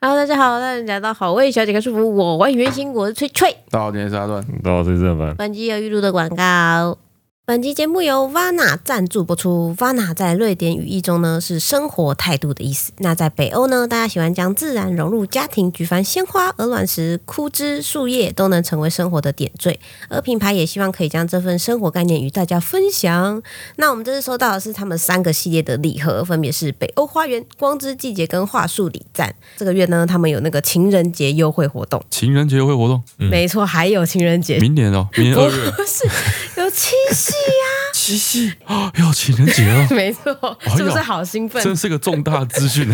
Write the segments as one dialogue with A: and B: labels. A: Hello，大家好，欢迎来到好味小姐开束缚，我欢迎袁心，我是翠翠。
B: 大家好，今天是阿段。
C: 大家是正版，
A: 本集有预录的广告。本集节目由 Vana 赞助播出。Vana 在瑞典语义中呢是生活态度的意思。那在北欧呢，大家喜欢将自然融入家庭，举凡鲜花、鹅卵石、枯枝、树叶都能成为生活的点缀。而品牌也希望可以将这份生活概念与大家分享。那我们这次收到的是他们三个系列的礼盒，分别是北欧花园、光之季节跟桦树礼赞。这个月呢，他们有那个情人节优惠活动，
B: 情人节优惠活动，
C: 嗯
A: 没错，还有情人节
B: 明年哦， 明年
A: 不
B: 二月
A: 是有七夕
B: 七 夕啊，要情人节了，
A: 啊，没错，
B: 哎呦
A: 是不是好兴奋
B: 真是个重大 资讯。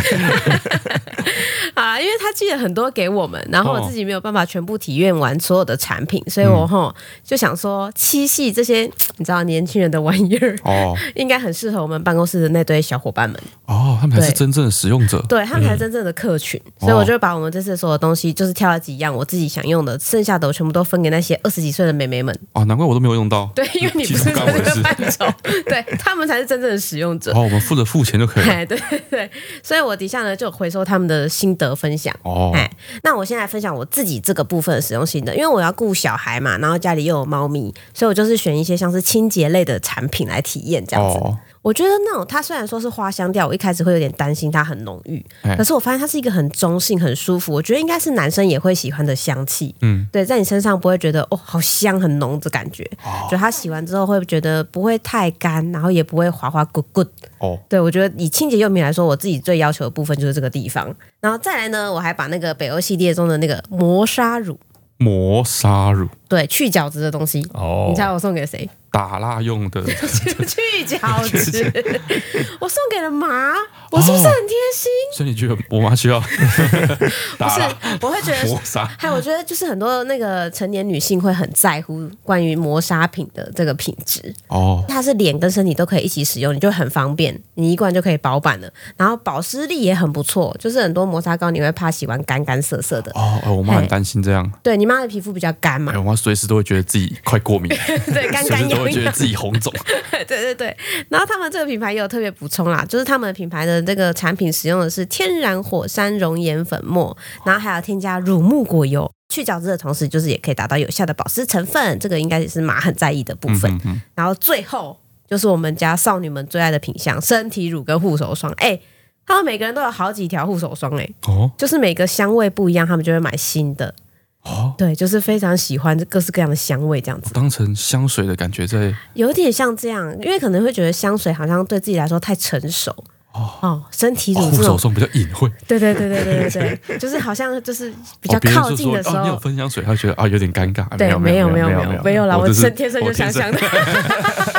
A: 啊？因为他寄了很多给我们，然后我
B: 哦
A: 自己没有办法全部体验完所有的产品，所以我
B: 嗯
A: 吼就想说七夕这些你知道年轻人的玩意儿。
B: 哦
A: 应该很适合我们办公室的那堆小伙伴们，
B: 哦，他们才是
A: 对
B: 真正的使用者。
A: 对他们才是真正的客群，
B: 哦
A: 所以我就把我们这次所有东西，就是挑了几样我自己想用的，剩下的我全部都分给那些二十几岁的美眉们。
B: 哦，难怪我都没有用到。
A: 对，因为你不是 在
B: 其实不
A: 这
B: 干我的
A: 个
B: 事
A: 范畴，对他们才是真正的使用者。
B: 哦，我们付了付钱就可以了。
A: 哎，对 对对，所以我底下呢就有回收他们的心得分享。
B: 哦，
A: 哎，那我先来分享我自己这个部分的使用心得，因为我要顾小孩嘛，然后家里又有猫咪，所以我就是选一些像是清洁类的产品来体验这样子。
B: 哦，
A: 我觉得那种它虽然说是花香调，我一开始会有点担心它很浓郁，
B: 哎
A: 可是我发现它是一个很中性、很舒服，我觉得应该是男生也会喜欢的香气。
B: 嗯，
A: 对，在你身上不会觉得哦好香很浓的感觉，
B: 哦
A: 就它洗完之后会觉得不会太干，然后也不会滑滑咕咕。
B: 哦，
A: 对，我觉得以清洁用品来说，我自己最要求的部分就是这个地方。然后再来呢，我还把那个北欧系列中的那个磨砂乳，
B: 磨砂乳，
A: 对，去角质的东西，
C: 哦
A: 你猜我送给谁？
B: 打蜡用的。
A: 去角质，哦我送给了麻，我是不是很贴心？
B: 所以你觉得我 妈需要打蜡
A: 不是，啊呃 我会觉得
B: 磨。砂？
A: 还有，我觉得就是很多那个成年女性会很在乎关于磨砂品的这个品质，
B: 哦，
A: 它是脸跟身体都可以一起使用，你就很方便，你一罐就可以保版了。然后保湿力也很不错，就是很多磨砂膏你会怕洗完干干涩涩的，
B: 哦，呃我妈很担心这样。
A: 对你妈的皮肤比较干嘛
B: 哎，，我妈随时都会觉得自己快过敏，
A: 对，干
B: 哎随
A: 干
B: 时都
A: 痒
B: 会觉得
A: 痒，
B: 自己红 肿。
A: 对对对。然后他们这个品牌也有特别补充啦，就是他们品牌的这个产品使用的是天然火山熔岩粉末，然后还有添加乳木果油。去角质的同时，就是也可以达到有效的保湿成分，这个应该也是马很在意的部分。
B: 嗯嗯，
A: 然后最后就是我们家少女们最爱的品相——身体乳跟护手霜。哎、他们每个人都有好几条护手霜、哎，
B: 哦
A: 就是每个香味不一样，他们就会买新的。
B: 哦，
A: 对，就是非常喜欢各式各样的香味这样子。
B: 当成香水的感觉在
A: 有点像这样，因为可能会觉得香水好像对自己来说太成熟哦身体乳
B: 护
A: 这
B: 手
A: 种，
B: 霜比较隐晦。
A: 对对对对对对对，就是好像就是比较
B: 哦别人
A: 靠
B: 就
A: 近的时
B: 说哦、你
A: 候，
B: 有分香水，他觉得啊有点尴尬。
A: 对，
B: 没
A: 有
B: 没
A: 有
B: 有
A: 有没有啦，我
B: 这是
A: 身天生就
B: 我
A: 香
B: 天生
A: 香的，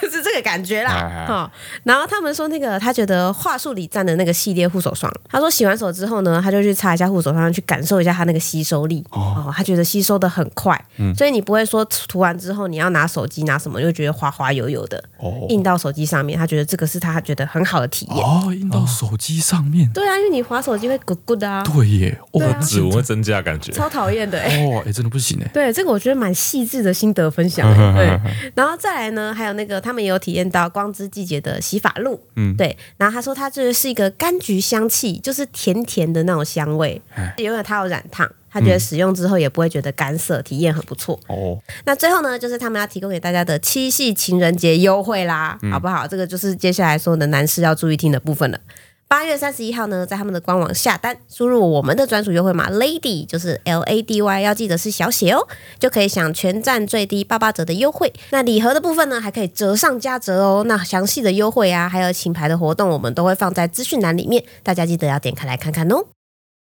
A: 就是这个感觉啦
B: 哎哎。哎
A: 哦，然后他们说那个他觉得桦树里站的那个系列护手霜，他说洗完手之后呢，他就去擦一下护手霜，去感受一下它那个吸收力。哦，他觉得吸收的很快，
B: 嗯
A: 所以你不会说涂完之后你要拿手机拿什么，又觉得滑滑油油的。
B: 哦
A: 印到手机上面，他觉得这个是他觉得很好的体验。
B: 哦，印到手机上面。
A: 对啊，因为你滑手机会咕咕的啊，
B: 对耶，
A: 对
B: 哦
A: 啊，
B: 指
C: 指
B: 纹
C: 纹会增加感觉，
A: 超讨厌的、欸。
B: 哦，哎、真的不行哎。
A: 对，这个我觉得蛮细致的心得分享、 欸。对，然后再来呢，还有那个他们也有体验到光之季节的洗发露，嗯，对。然后他说他这个是一个柑橘香气，就是甜甜的那种香味，因为它有染烫。他觉得使用之后也不会觉得干涩，体验很不错。
B: 哦，
A: 那最后呢，就是他们要提供给大家的七夕情人节优惠啦，
B: 嗯
A: 好不好？这个就是接下来所有的男士要注意听的部分了。八月三十一号呢，在他们的官网下单，输入我们的专属优惠码 Lady，就是 L A D Y，要记得是小写哦，就可以享全站最低八八折的优惠。那礼盒的部分呢，还可以折上加折哦。那详细的优惠啊，还有请牌的活动，我们都会放在资讯栏里面，大家记得要点开来看看哦。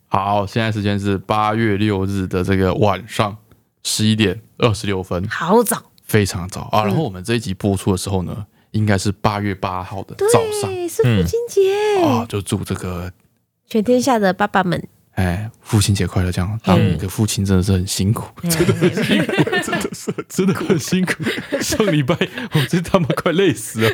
B: 好，现在时间是八月六日的这个晚上十一点二十六分，
A: 好早，
B: 非常早
A: 嗯
B: 啊。然后我们这一集播出的时候呢，应该是八月八号的早上
A: 对，是父亲节，
B: 啊，就祝这个
A: 全天下的爸爸们
B: 哎父亲节快乐！这样当一个父亲真的是很辛苦。
A: 真的很辛苦。
B: 真的是嗯真的很辛苦。 上礼拜我真他妈快累死了。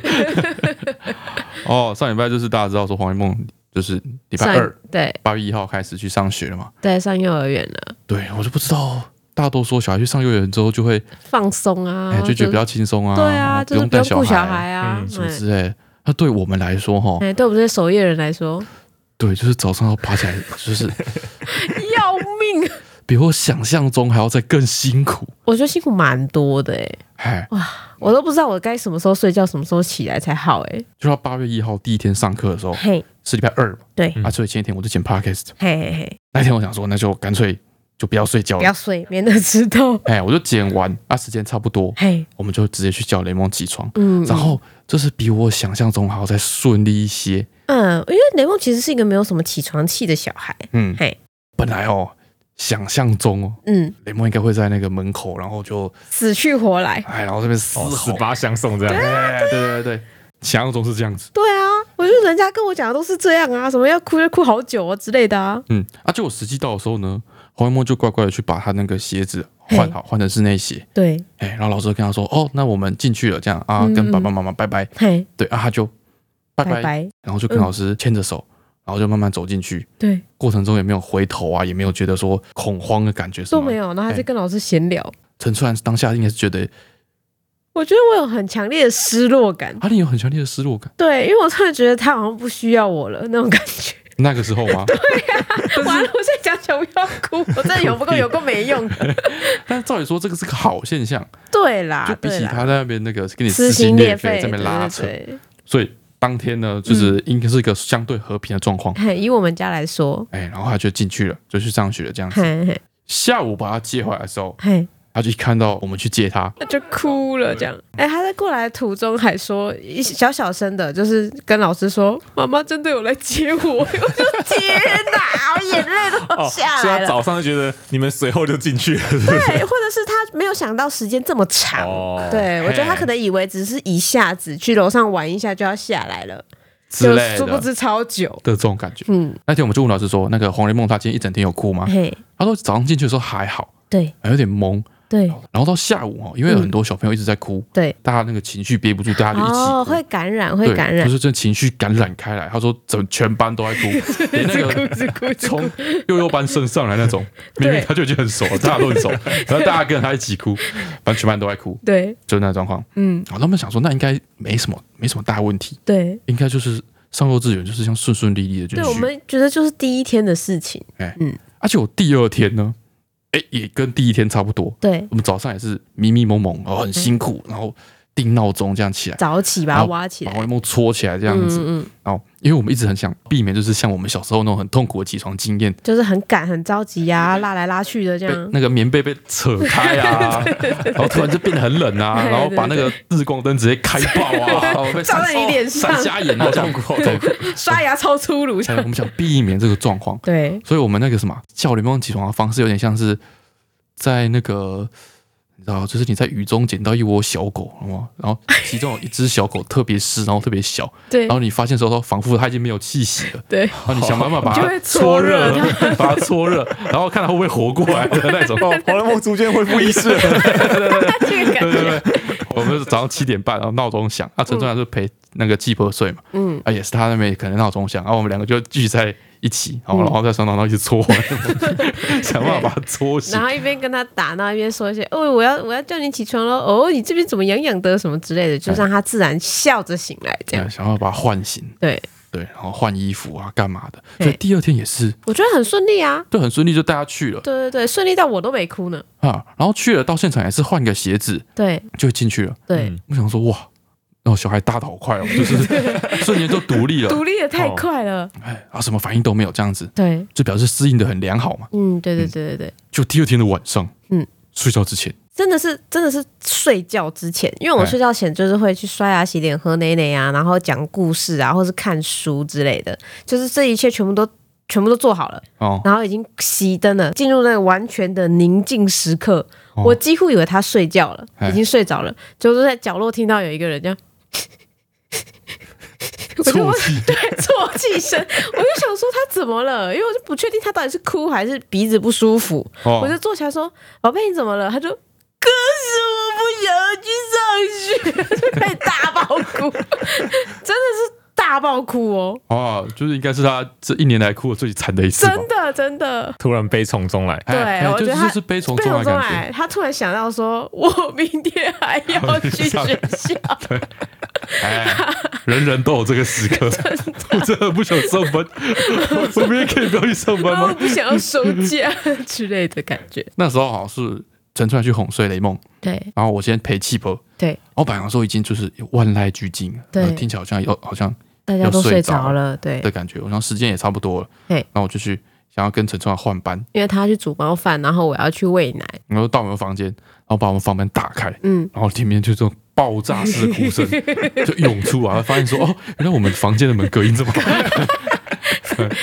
B: 哦，上礼拜就是大家知道说黄一梦就是礼拜
A: 上
B: 二
A: 对
B: 八月一号开始去上学了嘛？
A: 对，上幼儿园了。
B: 对，我就不知道大多说小孩去上幼儿园之后就会，
D: 放松啊，
B: 哎、就觉得比较轻松啊，
D: 对啊，就是
B: 用
D: 不
B: 带
D: 用顾小
B: 孩嗯
D: 孩啊
C: 嗯，
B: 什么之类的。哎那对我们来说，哈
D: 哎，，哎对我们这些守夜人来说，
B: 对，就是早上要爬起来，就是
D: 要命！
A: 啊
B: 比我想象中还要再更辛苦。
D: 我觉得辛苦蛮多的哎、
B: 哎，
D: 我都不知道我该什么时候睡觉，什么时候起来才好哎、
B: 就到八月一号第一天上课的时候，
D: 嘿，
B: 是礼拜二嘛，
D: 对，
C: 嗯
B: 啊，所以前一天我就剪 podcast。
D: 嘿嘿嘿，
B: 那天我想说，那就干脆就不要睡觉
D: 不要
B: 了。
D: 睡，免得迟到。
B: 哎，我就剪完，啊，时间差不多，
D: 嘿，
B: 我们就直接去叫雷蒙起床。
D: 嗯，
B: 然后就是比我想象中还要再顺利一些。
D: 嗯，因为雷梦其实是一个没有什么起床气的小孩，
B: 嗯
D: 嘿，
B: 本来哦，想象中哦，
D: 嗯，
B: 雷蒙应该会在那个门口，然后就
D: 死去活来。
B: 哎，然后这边嘶
C: 哦，
B: 吼
C: 十。八相送这样，
D: 啊
B: 哎，对对对对，想象中是这样子。
D: 对啊，我觉得人家跟我讲的都是这样啊，什么要哭就哭好久啊之类的啊。
B: 嗯，啊，结果实际到的时候呢，黄一梦就乖乖的去把他那个鞋子换好，换成室内鞋。
D: 对，
B: 哎，然后老师就跟他说：“哦，那我们进去了，这样啊，
D: 嗯
B: 跟爸爸妈妈拜拜。
D: 嘿，”
B: 对啊，他就拜拜，
D: 拜拜。
B: 然后就跟
D: 嗯
B: 老师牵着手，然后就慢慢走进去。
D: 对，
B: 过程中也没有回头啊，也没有觉得说恐慌的感觉什
D: 都
B: 么。
D: 没有，然后还
B: 哎
D: 在跟老师闲聊。
B: 陈川当下应该是觉得
D: 我觉得我有很强烈的失落感，
B: 阿里有很强烈的失落感。
D: 对，因为我突然觉得他好像不需要我了那种感觉。
B: 那个时候吗？
D: 完了，我现在讲起来我又要哭，我真的有不够有够没用的。
B: 但照理说，这个是个好现象，
D: 对啦，
B: 就比
D: 啊对
B: 起
D: 啦
B: 他在那边那个跟你
D: 撕
B: 撕
D: 心
B: 心
D: 裂
B: 裂
D: 肺
B: 肺在那边拉扯，
D: 对嗯对
B: 所以当天呢，就是应该是一个相对和平的状况。
D: 对 嘿以我们家来说，
B: 哎，然后他就进去了，就去上学了这样子。
D: 嘿嘿
B: 下午把他接回来的时候，
D: 嘿，
B: 他就一看到我们去接他，
D: 那就哭了这样。哎，他在过来的途中还说一小小声的，就是跟老师说：“妈妈真的有来接我。” 我就天哪，我眼泪都
C: 哦，
D: 下
C: 所以
D: 来
C: 他
D: 了。
C: 早上就觉得你们随后就进去了， 是不是
D: 对，或者是他没有想到时间这么长，
C: 哦
D: 对我觉得他
B: 嘿
D: 可能以为只是一下子去楼上玩一下就要下来了，
B: 之
D: 就
B: 类
D: 殊
B: 的
D: 不知超久。
B: 的这种感觉。
D: 嗯，哎
B: 那天我们就问老师说，那个黄雷梦他今天一整天有哭吗？
D: 嘿，
B: 他说早上进去的时候还好，
D: 对
B: 还有点懵，
D: 对
B: 然后到下午哦，因为有很多小朋友一直在哭，
D: 对，
B: 大家那个情绪憋不住，大家就一起哭
D: 哦，会感染，会
B: 对，
D: 感染
B: 就，是这情绪感染开来。他说整全班都在 哭，连那个
D: 咕咕咕
B: 从幼幼班升上来那种，
D: 对
B: 明明他就已经很熟了，大家都很熟，然后大家跟着他一起哭，反正全班都在哭，
D: 对，
B: 就是那个状况。
D: 嗯，
B: 然后他们想说，那应该没什么，没什么大问题，
D: 对，
B: 应该就是上幼稚园就是像顺顺利利的就
D: 对，我
B: 去。
D: 们觉得就是第一天的事情，
B: 而且我第二天呢，哎，也跟第一天差不多，
D: 对，
B: 我们早上也是迷迷蒙蒙，哦，很辛苦，然后定闹钟这样起来，
D: 早起嗯把它
B: 然后
D: 挖起
B: 把
D: 来，
B: 外梦戳起来这样子。
D: 嗯嗯，
B: 哦，因为我们一直很想避免，就是像我们小时候那种很痛苦的起床经验，
D: 就是很赶、很着急呀，拉来拉去的这
B: 被
D: 样，
B: 那个棉被被扯开 啊，然后突然就变得很冷啊，
D: 对
B: 然后把那个日光灯直接开爆啊，然后被
D: 照在你脸上
B: 闪瞎眼啊， 这样
C: 好痛
B: 对，
D: 刷牙超粗鲁，
B: 哎我们想避免这个状况，
D: 对，
B: 所以我们那个什么叫雷梦起床的方式有点像是在那个。你知道，就是你在雨中捡到一窝小狗，好吗？然后其中有一只小狗特别湿，然后特别小，
D: 对
B: 然，后你发现的时候，仿佛它已经没有气息了，
D: 对，
B: 然后你想办法把
D: 就
B: 它
D: 会啊搓热
B: 把它搓热，然后看它会不会活过来的那种。
C: 哦，黄连梦逐渐恢复意识了，
D: 这个感
B: 对
D: 觉，
B: 对对，我们是早上七点半，然后闹钟响，啊，陈川是陪那个鸡婆睡嘛，
D: 嗯，
B: 啊，也是他那边可能闹钟响，啊然后我们两个就聚在一起，
D: 嗯
B: 然后然后在床上然后一起搓， 想办法把它搓醒
D: 然。后一边跟他打闹，一边说一些哦，我要我要叫你起床喽，哦，你这边怎么痒痒的什么之类的，就让他自然笑着醒来，这样
B: 对，，想办法把它唤醒，
D: 对
B: 对，然后换衣服啊，干嘛的？
D: 对
B: 所以第二天也是，
D: 我觉得很顺利啊，
B: 就很顺利就带他去了
D: 对对对，顺利到我都没哭呢，
B: 啊。然后去了到现场也是换个鞋子
D: 对
B: 就进去了。
D: 对，
B: 我想说哇，哦，小孩大的好快哦，就是 瞬间就独立了，
D: 独立的太快了，
B: 哎啊，什么反应都没有，这样子
D: 对，
B: 就表示适应的很良好嘛。
D: 嗯，对对对对对。
B: 就第二天的晚上，
D: 嗯，
B: 睡觉之前，
D: 真的是真的是睡觉之前，因为我
B: 哎
D: 睡觉前就是会去刷牙、洗脸、喝奶奶啊，然后讲故事啊，或是看书之类的，就是这一切全部都全部都做好了，
B: 哦，
D: 然后已经熄灯了，进入那个完全的宁静时刻。
B: 哦
D: 我几乎以为他睡觉了，
B: 哎
D: 已经睡着了，就是在角落听到有一个人这样。 我就
B: 啜泣，
D: 对啜泣声，我就想说他怎么了，因为我就不确定他到底是哭还是鼻子不舒服。 我就
B: 哦，
D: 坐起来说：“宝贝，你怎么了？”他就：“可 是我不想要去上学。”就开始大爆哭，真的是大大爆哭哦，
B: 啊，就是应该是他这一年来哭的最惨的一次吧。
D: 真的真的。
C: 突然悲从中来，
B: 哎
D: 对
B: 哎
D: 我
B: 就
D: 觉得
B: 是
D: 他
B: 就是悲从
D: 被
B: 中来
D: 我
B: 的
D: 中
B: 感
D: 来，他突然想到说，我明天还要去 学校，
B: 觉，哎，人人都有这个时 刻。我真的不想上班，我明天可以不要去上班
D: 然后
B: 吗？
D: 不想要收假之类的感觉。
B: 那时候好像是陈川去哄睡雷梦，
D: 对
B: 然后我先陪气婆，
D: 对，
B: 我本来想说已经就是万籁俱静了，
D: 对
B: 呃听起来好像要好像
D: 大
B: 家
D: 家
B: 都
D: 都
B: 睡
D: 睡
B: 着
D: 着
B: 了
D: 了，对
B: 的，感觉，然后时间也差不多了，
D: 对
B: 然后我就去想要跟陈川换班，
D: 因为他去煮猫饭，然后我要去喂奶，
B: 然后到我们房间，然后把我们房门打开，
D: 嗯，
B: 然后里面就这种爆炸式的哭声 就涌出来，发现说哦，原来我们房间的门隔音这么好，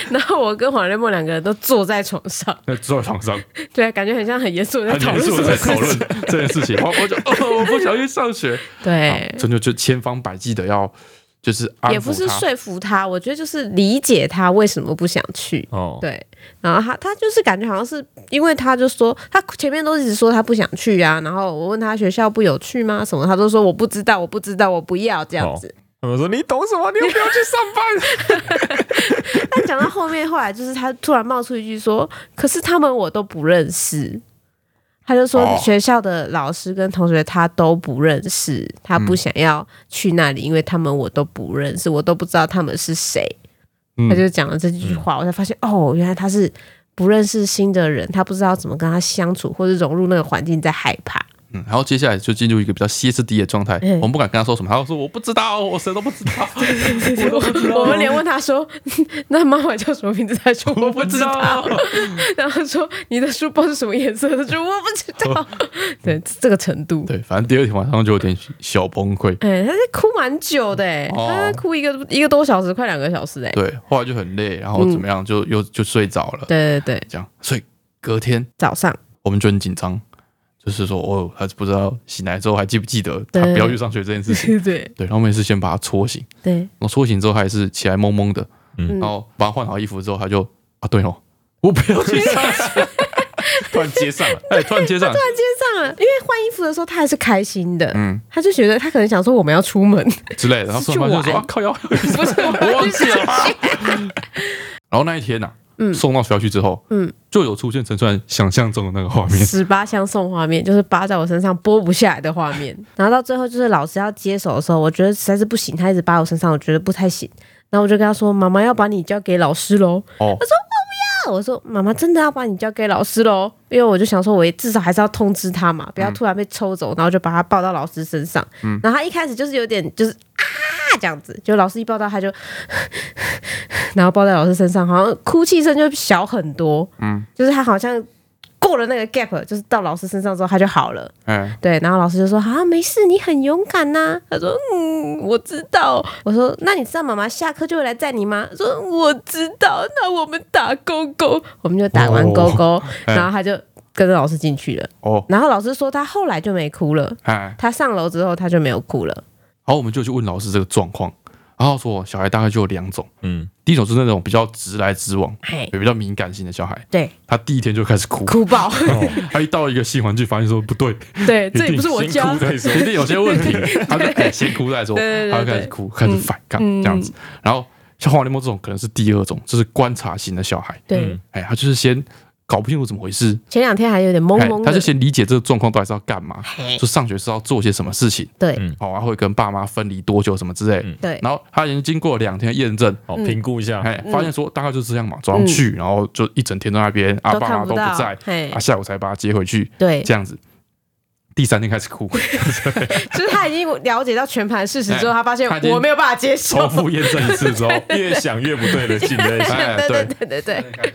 D: 然后我跟黄瑞梦两个人都坐在床上，
B: 那坐在床上，
D: 对，感觉很像很严肃地在
B: 很
D: 讨
B: 严
D: 论
B: 肃
D: 什
B: 的在
D: 么
B: 讨
D: 事
B: 论
D: 情，
B: 这件事 情，我我就哦，我不想去上学，
D: 对。
B: 真的就千方百计的要就是安抚
D: 哎也不是
B: 他
D: 说服他，我觉得就是理解他为什么不想去。
C: 哦，
D: 对，然后他他就是感觉好像是因为他就说他前面都一直说他不想去啊，然后我问他学校不有趣吗？什么他都说我不知道，我不知道，我不要这
B: 哦
D: 样子。
C: 他们说你懂什么？你又不要去上班，
D: 但讲到后面，后来就是他突然冒出一句说：“可是他们我都不认识。”他就说
B: 哦
D: 学校的老师跟同学他都不认识，他
B: 嗯
D: 不想要去那里，因为他们我都不认识，我都不知道他们是谁。
B: 嗯
D: 他就讲了这句话，我才发现哦，原来他是不认识新的人，他不知道怎么跟他相处，或者融入那个环境，在害怕。
B: 嗯，然后接下来就进入一个比较歇斯底里的状态，
D: 嗯
B: 我们不敢跟他说什么，他就说我不知道，我谁都不知 道，
D: 我们连问他说：“ 那妈妈叫什么名字？” 他说：“我不知道。然后说：“你的书包是什么颜色？”他说：“我不知道。” 对，这个程
B: 哦
D: 度。
B: 对，反正第二天晚上就有点小崩溃，
D: 哎、他在哭蛮久的、哎、
B: 哦
D: 他在哭一个一个多小时，快两个小时哎、
B: 对，后来就很累，然后怎么样就又就睡着了，
D: 嗯对对对，
B: 这样，所以隔天
D: 早上
B: 我们就很紧张，就是说哦，他不知道醒来之后还记不记得他
D: 对
B: 不要去上学这件事情，
D: 对对
B: 对，然后我们也是先把他搓醒，
D: 对，
B: 然后搓醒之后他还是起来懵懵的，
D: 嗯
B: 然后把他换好衣服之后他就啊对哦，我不要去上 学，
C: 突然 接上了，
B: 哎，突然接上，
D: 接上了，因为换衣服的时候他还是开心的，
B: 嗯
D: 他就觉得他可能想说我们要出门，
B: 之类的，然后突然发现
D: 去
B: 说
D: 玩
B: 啊靠腰，
D: 不是
B: 我忘记了。 然后那一天呐、
D: 嗯
B: 送到学校去之后，
D: 嗯
B: 就有出现陈川想象中的那个画面。
D: 十八相送画面，就是扒在我身上拨不下来的画 面。然后到最后就是老师要接手的时候，我觉得实在是不行，他一直扒我身上，我觉得不太行。然后我就跟他说：“妈妈要把你交给老师喽。
B: 哦，”
D: 啊，我说：“妈妈真的要把你交给老师喽。”因为我就想说，我也至少还是要通知他嘛，不要突然被抽走，然后就把他抱到老师身上。然后他一开始就是有点就是啊这样子，就老师一抱到他就， 然后抱在老师身上，好像哭泣声就小很多。嗯，就是他好像过了那个 gap，就是到老师身上之后他就好了。
B: 哎，
D: 对，然后老师就说啊没事，你很勇敢呐、他说嗯我知道。我说那你知道妈妈下课就会来载你吗？他说我知道。那我们打勾勾，我们就打完勾勾，
B: 哎
D: 然后他就跟着老师进去了。
B: 哦，
D: 然后老师说他后来就没哭了。
B: 哎，
D: 他上楼之后，他就没有哭了。
B: 然后我们就去问老师这个状况，然后他说小孩大概就有两种，
C: 嗯，
B: 第一种是那种比较直来直往，
D: 嘿，
B: 比较敏感型的小孩，
D: 哎对，
B: 他第一天就开始哭，
D: 哭 爆。
B: 他一到一个新环境，发现说不对，
D: 对，这也不是我
C: 先
D: 教
C: 哭。再说，
B: 一定有些问题，他就哎先哭再说，
D: 对对对嗯
B: 他就开始哭，开始反抗这样子。然后像黄连梦这种可能是第二种，就是观察型的小孩，
D: 对，
B: 哎，他就是先搞不清楚怎么回事，
D: 前两天还有点懵
B: 哎
D: 懵，
B: 他就。
D: 的
B: 先理解这个状况到底是要干嘛，就上学是要做些什么事情，
D: 对
C: 嗯
B: 哦，然后会跟爸妈分离多久什么之类。
C: 嗯啊
D: 对
B: 然后他已经经过两天验证，
C: 好评估一下，
B: 哎，发现说大概就是这样嘛，早上去，然后就一整天都在那边，啊，
D: 嗯都
B: 爸妈
D: 看
B: 都
D: 不
B: 不
D: 到
B: 在，
D: 嘿
B: 啊，下午才把他接回去，
D: 对，
B: 这样子。第三天开始哭，
D: 就是他已经了解到全盘事实之后，
B: 哎
D: 他发现
B: 他已经哦
D: 我没有办法接受。
C: 重复验证一次之后，越想越不对的劲在一起，
B: 哎
D: 对
B: 对
D: 对对对对，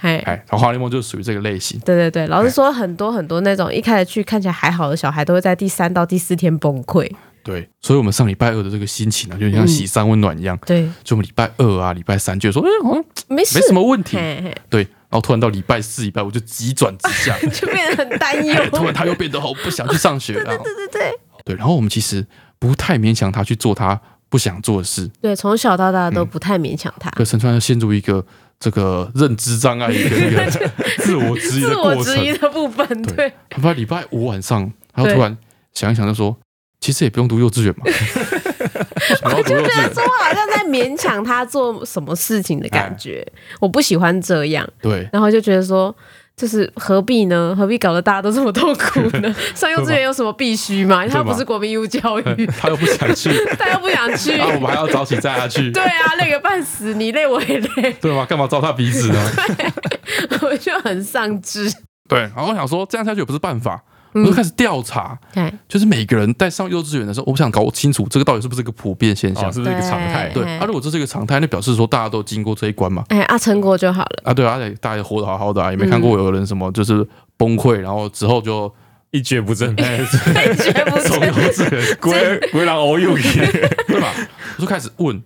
D: 哎，
B: 哎，然后花联盟就是属于这个类型，
D: 对对对，老师说很多很多那种一开始去看起来还好的小孩，都会在第三到第四天崩溃。
B: 对，所以我们上礼拜二的这个心情呢，啊就有点像
D: 嗯
B: 洗三温暖一样，
D: 对，
B: 就我们礼拜二啊，礼拜三就说，哎，好像
D: 没事，
B: 没什么问题，
D: 嘿嘿，
B: 对，然后突然到礼拜四、礼拜五就急转直 下，
D: 就变得很担忧
B: 哎。突然他又变得好不想去上学了，
D: 对对对
B: 对，然后我们其实不太勉强他去做他不想做的事，
D: 对，从小到大都不太勉强他，
B: 可陈川又陷入一个这个认知障碍 一个一个自我质疑
D: 自
B: 的
D: 我
B: 过
D: 质疑
B: 程，
D: 的部分，
B: 对
D: 对
B: 他到礼拜五晚上，他又突
D: 对
B: 然 想一想就说，其实也不用读幼稚园嘛，为什么要读幼稚园？
D: 说话好像在勉强他做什么事情的感 觉，我不喜欢这样。
B: 对，
D: 然后就觉得说，就是何必呢？何必搞得大家都这么痛苦 呢？上幼稚园有什么必须吗？
C: 吧
D: 他不是国民义务 教育，
B: 他又不想去，
D: 他又不想去。
B: 啊，我们还要早起载他去，
D: 对啊，累个半死，你累我也累，
B: 对吗？干嘛糟蹋彼此呢？
D: 我就很丧志。
B: 对，然后我想说这样下去也不是办法，我
D: 嗯
B: 就开始调查，
D: 对
B: 就是每个人在上幼稚园的时候，我想搞清楚这个到底是不是一个普遍现象
C: 哦，。是不是一个常态？
B: 对，啊，如果这是一个常态，那表示说大家都经过这一关嘛。
D: 哎，啊，成果就好 了。
B: 啊，对啊，而且大家也活得好好的啊，也没
D: 嗯
B: 看过有人什么就是崩溃，然后之后就
C: 一蹶 不振，
D: 绝不
B: 从
D: 是
B: 幼 稚园，
C: 归归狼偶有也。
B: 对吧？我就开始问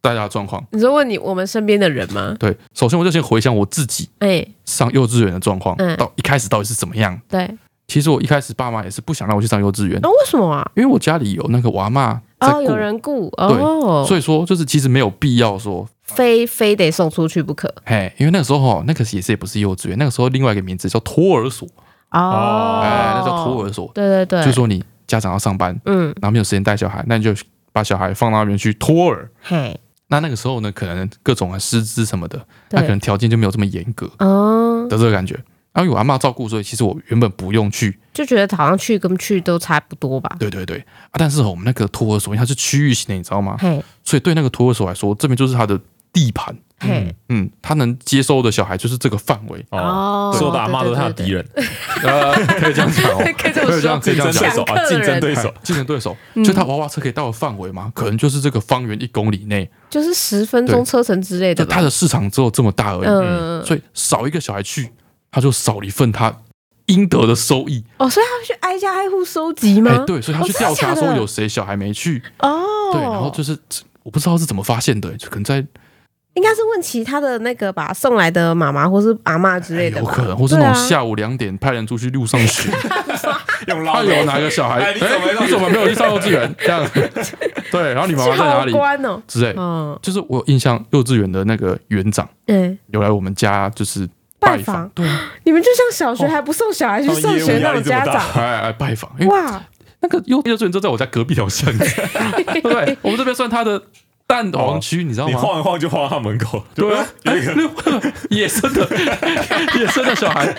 B: 大家的状况。
D: 你说问你我们身边的人吗？
B: 对，首先我就先回想我自己
D: 哎，
B: 上幼稚园的状况，
D: 嗯
B: 到一开始到底是怎么样。
D: 对，
B: 其实我一开始爸妈也是不想让我去上幼稚园，
D: 那为什么啊？
B: 因为我家里有那个娃妈在
D: 哦，
B: 顾
D: 有，人雇哦，
B: 所以说就是其实没有必要说，
D: 非非得送出去不可
B: 嘿，因为那个时候哈，那个也是也不是幼稚园，那个时候另外一个名字叫托儿所，
C: 哦
B: 哎，那叫托儿所，
D: 对对哦对，
B: 就是说你家长要上班，
D: 嗯，
B: 然后没有时间带小孩，那你就把小孩放到那边去托儿。
D: 嘿，
B: 那那个时候呢，可能各种啊师资什么的，那
D: 对
B: 可能条件就没有这么严格
D: 哦，
B: 的这个感觉。啊然后有阿妈照顾，所以其实我原本不用去。
D: 就觉得好像去跟不去都差不多吧，
B: 对对对啊，但是哦我们那个托儿所，因为它是区域型的，你知道吗？
D: 嘿，
B: 所以对那个托儿所来说，这边就是它的地盘。
D: 嘿，
B: 嗯，他能接收的小孩就是这个范围。
D: 哦
C: 所有的阿妈都是他的敌人，
B: 呃，可以这样讲哦，
D: 可以 这么
B: 可以这样
D: 说，
B: 可以这
C: 竞
B: 样
C: 争对
B: 讲。
C: 手啊，竞争对手
B: 哎。竞争对手，
D: 嗯
B: 就他娃娃车可以到的范围嘛，可能就是这个方圆一公里内，
D: 就是十分钟车程之类
B: 就
D: 的
B: 他
D: 吧，
B: 的市场只有这么大而已。
D: 嗯，
B: 所以少一个小孩去，他就少了一份他应得的收益。
D: 哦，所以他去挨家挨户收集
B: 哎、
D: 吗？
B: 对，所以他
D: 哦
B: 去
D: 真的
B: 调查
D: 假的
B: 说有谁小孩没去，
D: 哦，
B: 对，然后就是我不知道是怎么发现的，就可能在
D: 应该是问其他的那个吧，送来的妈妈或是阿嬷之类的
B: 哎有
D: 吧，
B: 可能，或是那
D: 对
B: 种
D: 啊
B: 下午两点派人出去路上 巡，
C: 用
B: 他
C: 拉
B: 有哪个小孩，
C: 哎
B: 哎、
C: 你怎么没到
B: 你怎哦么没有去上幼稚 园？这样，对，然后你妈妈在哪
D: 去
B: 里
D: 好关哦，
B: 之类，
D: 嗯，
B: 就是我有印象，幼稚园的那个园长
D: 对，
B: 有来我们家，就是。
D: 拜
B: 拜
D: 访
B: 访，对啊，
D: 你们就像小
B: 哦
D: 学还不送小孩去上
C: 他
D: 学那种家
C: 们业务压力这么
D: 长
C: 大，
B: 哎哎，拜访，因为
D: 哇，
B: 那个幼幼稚园就在我家隔壁条 巷子，对不对？我们这边算它的蛋黄区，你知道
C: 你
B: 吗？
C: 晃一晃就晃到他门口，
B: 对啊，
C: 有
B: 哎
C: 一个
B: 那个野生 的野生的小孩，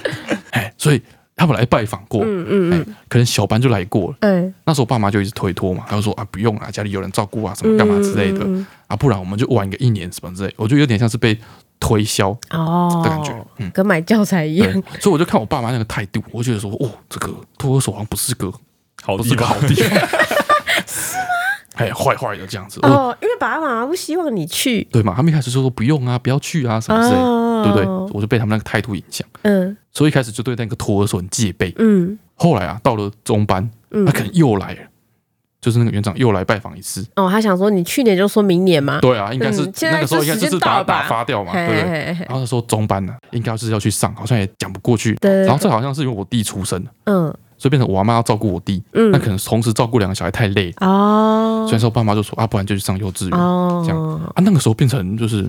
B: 哎，所以他们来拜访过，
D: 嗯嗯
B: 哎，可能小班就来过了。
D: 嗯，
B: 那时候我爸妈就一直推脱嘛，他就说啊，不用啦，家里有人照顾啊，什
D: 嗯，
B: 么干嘛之类的
D: 嗯
B: 啊，不然我们就玩个一年什么之类，我就有点像是被推 销的
D: 嗯哦
B: 感觉，嗯。
D: 跟买教材一
B: 对
D: 样，，
B: 所以我就看我爸妈那个态度，我就觉得说，哦，这个托儿所好像不是个
C: 好
B: 不是
C: 地
B: 哦个
C: 方
B: 好。地方， 是吗？哎，坏坏的这样子，我
D: 哦，因为爸爸妈妈不希望你去，
B: 对嘛？他们一开始就说不用啊，不要去啊，什么之类的，
D: 哦
B: 对不对？我就被他们那个态度影响，
D: 嗯
B: 所以一开始就对那个托儿所很戒备。
D: 嗯
B: 后来啊，到了中班，
D: 嗯
B: 他，可能又来了，就是那个园长又来拜访一次。
D: 哦，他想说你去年就说明年嘛，
B: 对啊，应该是
D: 嗯现在
B: 那个时候应该就
D: 时
B: 是
D: 间到
B: 打
D: 了吧
B: 打发掉嘛，
D: 嘿
B: 对不对？
D: 嘿嘿
B: 然后那时候中班呢、应该就是要去上，好像也讲不过去。
D: 对对对
B: 然后这好像是因为我弟出生，
D: 嗯
B: 所以变成我妈要照顾我弟，那
D: 嗯，
B: 可能同时照顾两个小孩太累，
D: 哦，
B: 所以说我爸妈就说啊，不然就去上幼稚园。
D: 哦，
B: 这啊，那个时候变成就是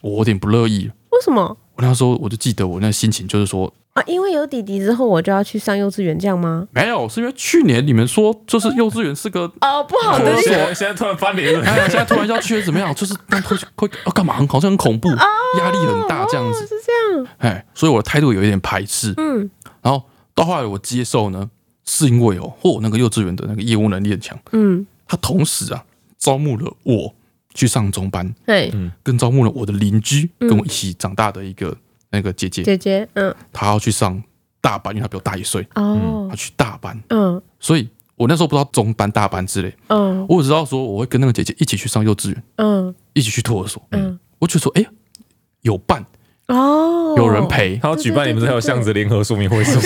B: 我有点不乐意。
D: 为什么
B: 我那时候我就记得我那心情就是说，
D: 啊？因为有弟弟之后，我就要去上幼稚园，这样吗？
B: 没有，是因为去年你们说就是幼稚园是个，
D: 哦，不好
C: 好
D: 的
C: 的，
B: 对
C: 现在现在突然翻脸了，
B: 哎，现在突然要去怎么样，就是那会会要干嘛，好像很恐怖，压力很大这样子，
D: 哦是这样，
B: 哎，所以我的态度有一点排斥。
D: 嗯，
B: 然后到后来我接受呢，是因为哦，嚯，那个幼稚园的那个业务能力很强，
D: 嗯，
B: 他同时啊招募了我去上中班，
D: 对，
B: 跟招募了我的邻居跟我一起长大的一个那个姐姐，
D: 嗯姐姐，嗯，
B: 她要去上大班，因为她比我大一岁，
D: 哦
B: 她，去大班。
D: 嗯
B: 所以我那时候不知道中班、大班之类，
D: 嗯
B: 我只知道说我会跟那个姐姐一起去上幼稚园，
D: 嗯
B: 一起去托儿所。
D: 嗯，
B: 我就说，哎、有伴，
D: 哦，
B: 有人，陪，
C: 他要举办你们还有巷子联合说明会是吗？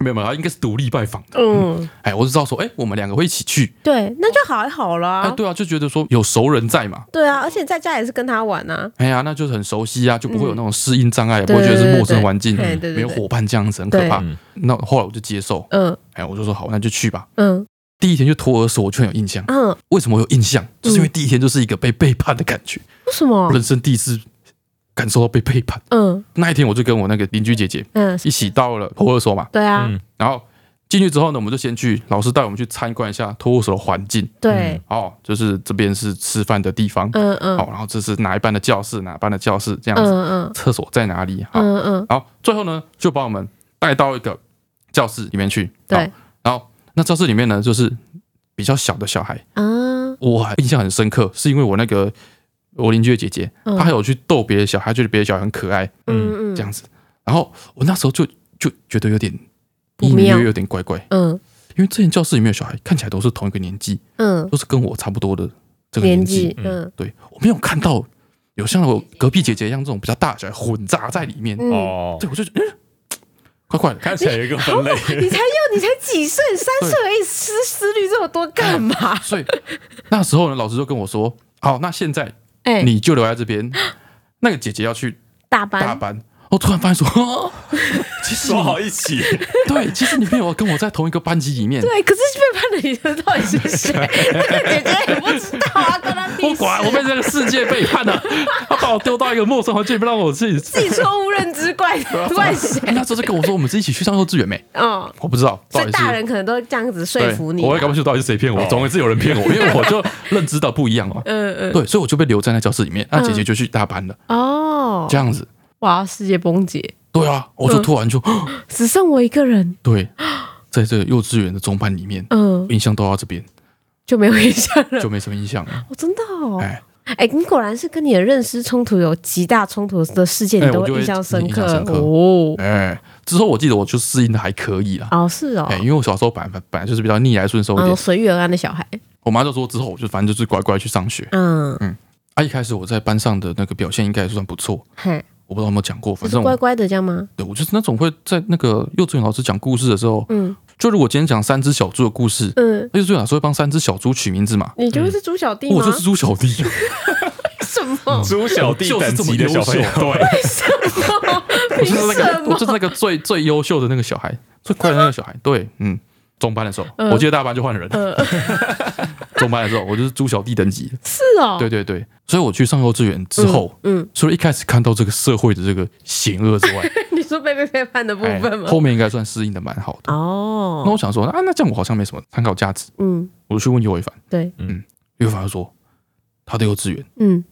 B: 没有没有，他应该是独立拜访的。
D: 嗯，
B: 哎，我只知道说，哎、我们两个会一起去。
D: 对，那就还好
B: 哎，
D: 啦，
B: 对啊，就觉得说有熟人在嘛，
D: 对啊，而且在家也是跟他玩啊，
B: 哎呀，那就是很熟悉啊，就不会有那种适应障碍，也不
D: 对
B: 会觉得是陌生环境，
D: 嗯对对对对
B: 没有伙伴这样子很可怕
C: 对嗯。
B: 那后来我就接受，
D: 嗯
B: 哎，我就说好，那就去吧。
D: 嗯
B: 第一天就托儿所，我就很有印象。
D: 嗯，嗯
B: 为什么我有印象？就是因为第一天就是一个被背叛的感觉，
D: 为什么
B: 我？人生第一次感受到被背叛。
D: 嗯
B: 那一天我就跟我那个邻居姐姐
D: 嗯，
B: 一起到了托儿所嘛，
D: 对啊
C: 嗯，
B: 然后进去之后呢，我们就先去老师带我们去参观一下托护所的环境。
D: 对，
B: 哦，就是这边是吃饭的地方，哦
D: 嗯嗯
B: 好、然后这是哪一班的教室，哪班的教室这样子，
D: 嗯嗯
B: 厕所在哪里？好，
D: 嗯嗯，
B: 好，最后呢，就把我们带到一个教室里面去。
D: 对
B: 好，好，那教室里面呢，就是比较小的小孩，
D: 啊，
B: 我印象很深刻，是因为我那个我邻居的姐姐，
D: 嗯
B: 她还有去逗别的小孩，她觉得别的小孩很可爱，
D: 嗯
B: 这
D: 嗯
B: 样子。然后我那时候就就觉得有点
D: 不
B: 隐隐
D: 妙
B: 约约有点怪怪，
D: 嗯
B: 因为之前教室里面的小孩看起来都是同一个年纪，
D: 嗯，
B: 都是跟我差不多的这个
D: 年
B: 年纪，
D: 嗯
B: 对我没有看到有像我隔壁姐姐一样这种比较大的小孩混杂在里面，
D: 嗯，
C: 哦，
B: 对我就觉得嗯，怪怪的。
C: 看起来有一个分类，
D: 你才要你才几岁，三岁而已，思思虑这么多干嘛？
B: 所以那时候呢，老师就跟我说：“好，那现在
D: 哎，
B: 你就留在这 边，那个姐姐要去
D: 大
B: 大
D: 班，
B: 班。”我突然发现说， 哦其实你
C: 说好一起，
B: 对，其实你没有跟我在同一个班级里面。
D: 对，可是被判的你的到底是 谁？那个姐姐也不知道啊，跟她
B: 我
D: 弟
B: 管，我被这个世界背叛了， 他把我丢到一个陌生环境，不让我自己
D: 自己错误认知怪怪谁？
B: 哎那时候就跟我说，我们是一起去上幼稚园没？
D: 嗯，
B: 我不知道，到
D: 所
B: 底是
D: 以大人可能都这样子说
B: 对
D: 服你啊。
B: 我也搞不清楚到底是谁骗我，
C: 哦
B: 总而言之有人骗我，因为我 就认知到不一样嘛。
D: 嗯嗯，
B: 对，所以我就被留在那教室里面，那姐姐就去大班了，
D: 哦
B: 这，样子。
D: 哇，世界崩解，
B: 对啊，我就
D: 嗯
B: 突然就
D: 只剩我一个人，
B: 对，在这个幼稚园的中班里面，
D: 嗯，
B: 印象都到这边，
D: 就没有印象了。
B: 就没什么印象了。
D: 哦，真的哦，
B: 哎
D: 哎，你果然是跟你的认识冲突有极大冲突的事件，
B: 哎
D: 你都
B: 我就会
D: 印象深刻
B: 印象深刻
D: 哦。
B: 哎，之后我记得我就适应的还可以啦。
D: 哦，是哦
B: 哎，，因为我小时候本来本来就是比较逆来顺受一
D: 嗯，
B: 点，
D: 随遇而安的小孩，
B: 我妈就说之后我就反正就是乖乖去上学。
D: 嗯，
B: 啊，一开始我在班上的那个表现应该也算不错，
D: 嘿，
B: 我不知道有没有讲过，反
D: 是
B: 正
D: 乖
B: 我
D: 乖的这样吗？
B: 对我就是那种会在那个幼稚园老师讲故事的时候，
D: 嗯
B: 就如果今天讲三只小猪的故事，
D: 嗯，
B: 幼稚园老师会帮三只小猪取名字嘛，
D: 你就会是猪小弟
B: 嗯
D: 吗？
B: 我就是猪小弟，
D: 什么？
C: 猪小弟
B: 就是
C: 等
B: 这么
C: 级的
B: 优
C: 小
B: 秀，
C: 朋友，
B: 对， 我
D: 凭
B: 就是那
D: 什
B: 个我
D: 么
B: 就是那个最最优秀的那个小孩，最快乐的那个小孩，对，嗯。中班的时候，
D: 嗯
B: 我记得大班就换人。 中班的时候，我就是猪小弟等级。
D: 是哦？
B: 对对对，所以我去上幼稚园之后，
D: 嗯，
B: 除了一开始看到这个社会的这个险恶之 外，
D: 你说被被背叛的部
B: 哎
D: 分吗？
B: 后面应该算适应的蛮好的。那
D: 哦，
B: 我想说，啊，那这样我好像没什么参考价值。
D: 嗯，
B: 我就去问尤伟凡，
D: 对，
B: 尤伟凡就说他的幼稚园
D: 嗯，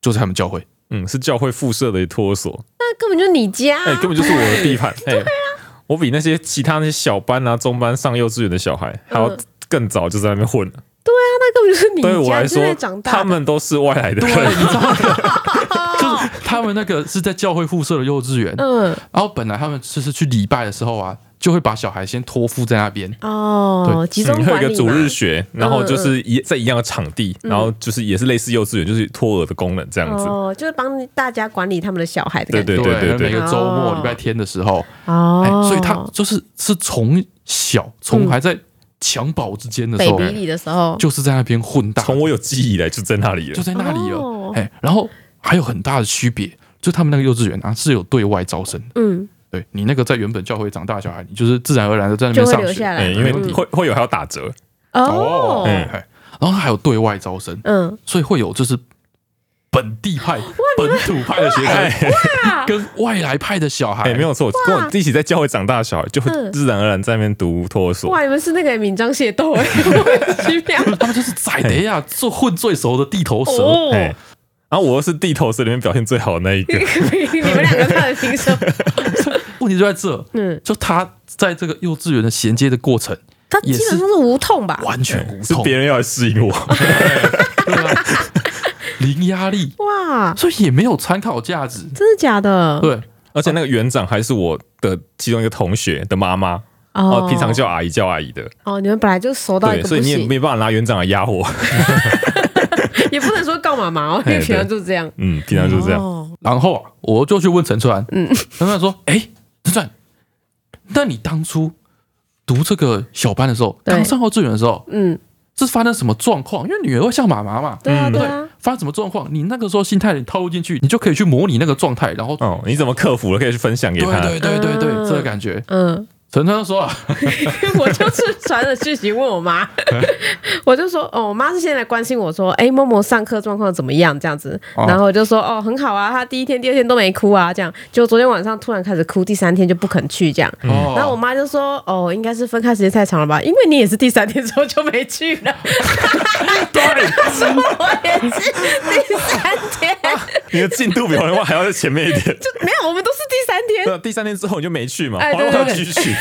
B: 就在他们教 会，
C: 嗯，是教会附设的托所，
D: 那根本就是你家
C: 哎，
D: 啊，
C: 根本就是我的地盘，哎，我比那些其他那些小班啊、中班上幼稚园的小孩还要
D: 嗯
C: 更早就在那边混了，
D: 那根本就是你
C: 对我
D: 家，
C: 来
D: 你
C: 说
D: 在长，大
C: 他
D: 的，
C: 们都是外来的
B: 对，
C: 人，
B: 你知道吗？ 就是他们那个是在教会附设的幼稚园，
D: 嗯，
B: 然后本来他们就是去礼拜的时候啊，就会把小孩先托付在那边。
D: 哦，集中
C: 嗯会有
D: 管
C: 一个
D: 理
C: 主
D: 嘛，嗯
C: 日学，然后就是一在一样的场地，然后就是也是类似幼稚园，就是托儿的功能这样子。
D: 哦，就是帮大家管理他们的小孩的
C: 对
D: 感觉，
C: 对对对
B: 每
C: 对，
B: 个周末
D: 哦
B: 礼拜天的时候，哎，
D: 哦，
B: 所以他就是是从小从
D: 嗯
B: 还在襁褓之间的时候，
D: baby 里的时候，
B: 就是在那边混大，
C: 从我有记忆以来就在那里
B: 就
C: 了。
B: 在那里了
D: 哦。
B: 哎，然后还有很大的区别，就他们那个幼稚园啊是有对外招生的，
D: 嗯，
B: 对你那个在原本教会长大的小孩，你就是自然而然的在那
D: 就
B: 边
D: 会
B: 上
D: 留
B: 学
D: 下。
C: 哎，
D: 来，
C: 因为
D: 嗯
C: 会会有还要打折，
D: 哦，
C: 嗯
B: 哎，然后还有对外招生，
D: 嗯，
B: 所以会有就是本地派、本土派的学生跟外来派的小
C: 哎，
B: 孩
C: 没。有错，跟我一起在教会长大的小孩，就会
D: 嗯
C: 自然而然在那边读托儿所。
D: 哇，你们是那个敏章械斗，哎， 莫名其妙，
B: 他们 就是宰的呀，做混最熟的地头蛇，
D: 哦，
C: 哎，然后我又是地头蛇里面表现最好的那一个，
D: 你们两个到底凭什么？
B: 问题就在这，
D: 嗯，
B: 就他在这个幼稚园的衔接的过程
D: 他
B: 也
D: 基
B: 是
D: 本上是无痛吧？
B: 完全无
C: 是
B: 痛，
C: 别人要来适应 我。
B: 对啊，零压力，
D: 哇，
B: 所以也没有参考价值。
D: 真的假的？
B: 对，
C: 而且那个园长还是我的其中一个同学的妈妈，哦，平常叫阿姨叫阿姨的，
D: 哦，你们本来就熟到一
C: 对，
D: 个
C: 所
D: 不
C: 以你也
D: 行，
C: 没办法拿园长来压我。
D: 也不能说告妈妈哦，因
C: 哎
D: 为平常
C: 对
D: 就这样。
C: 嗯，平常就是这样。
D: 哦，
B: 然后啊，我就去问陈川，嗯，陈川说：“哎、陈川，那你当初读这个小班的时候，
D: 对
B: 刚上幼稚园的时候，
D: 嗯，
B: 是发生什么状况？因为女儿会像妈妈嘛，
D: 对啊，
C: 嗯
D: 对啊，
B: 发生什么状况？你那个时候心态你套入进去，你就可以去模拟那个状态，然后
C: 哦，你怎么克服了？可以去分享给
B: 对
C: 他。
B: 对对对对，
D: 嗯
B: 这个感觉。
D: 嗯，
B: 陈川说啊，
D: 我就是传了讯息问我妈， 我就说哦，我妈是先来关心我说，哎、默默上课状况怎么样这样子，
B: 哦
D: 然后我就说哦，很好啊，她第一天、第二天都没哭啊，这样，就昨天晚上突然开始哭，第三天就不肯去这样，
B: 哦
D: 然后我妈就说哦，应该是分开时间太长了吧，因为你也是第三天之后就没去 了，对，她说我也是第三天，
C: 你的进度比黄连花还要在前面一 点。
D: 就没有，我们都是第三天，
C: 那第三天之后你就没去嘛，
D: 哎
C: 黄
D: 对
C: 连
D: 对
C: 花
D: 对
C: 继续去。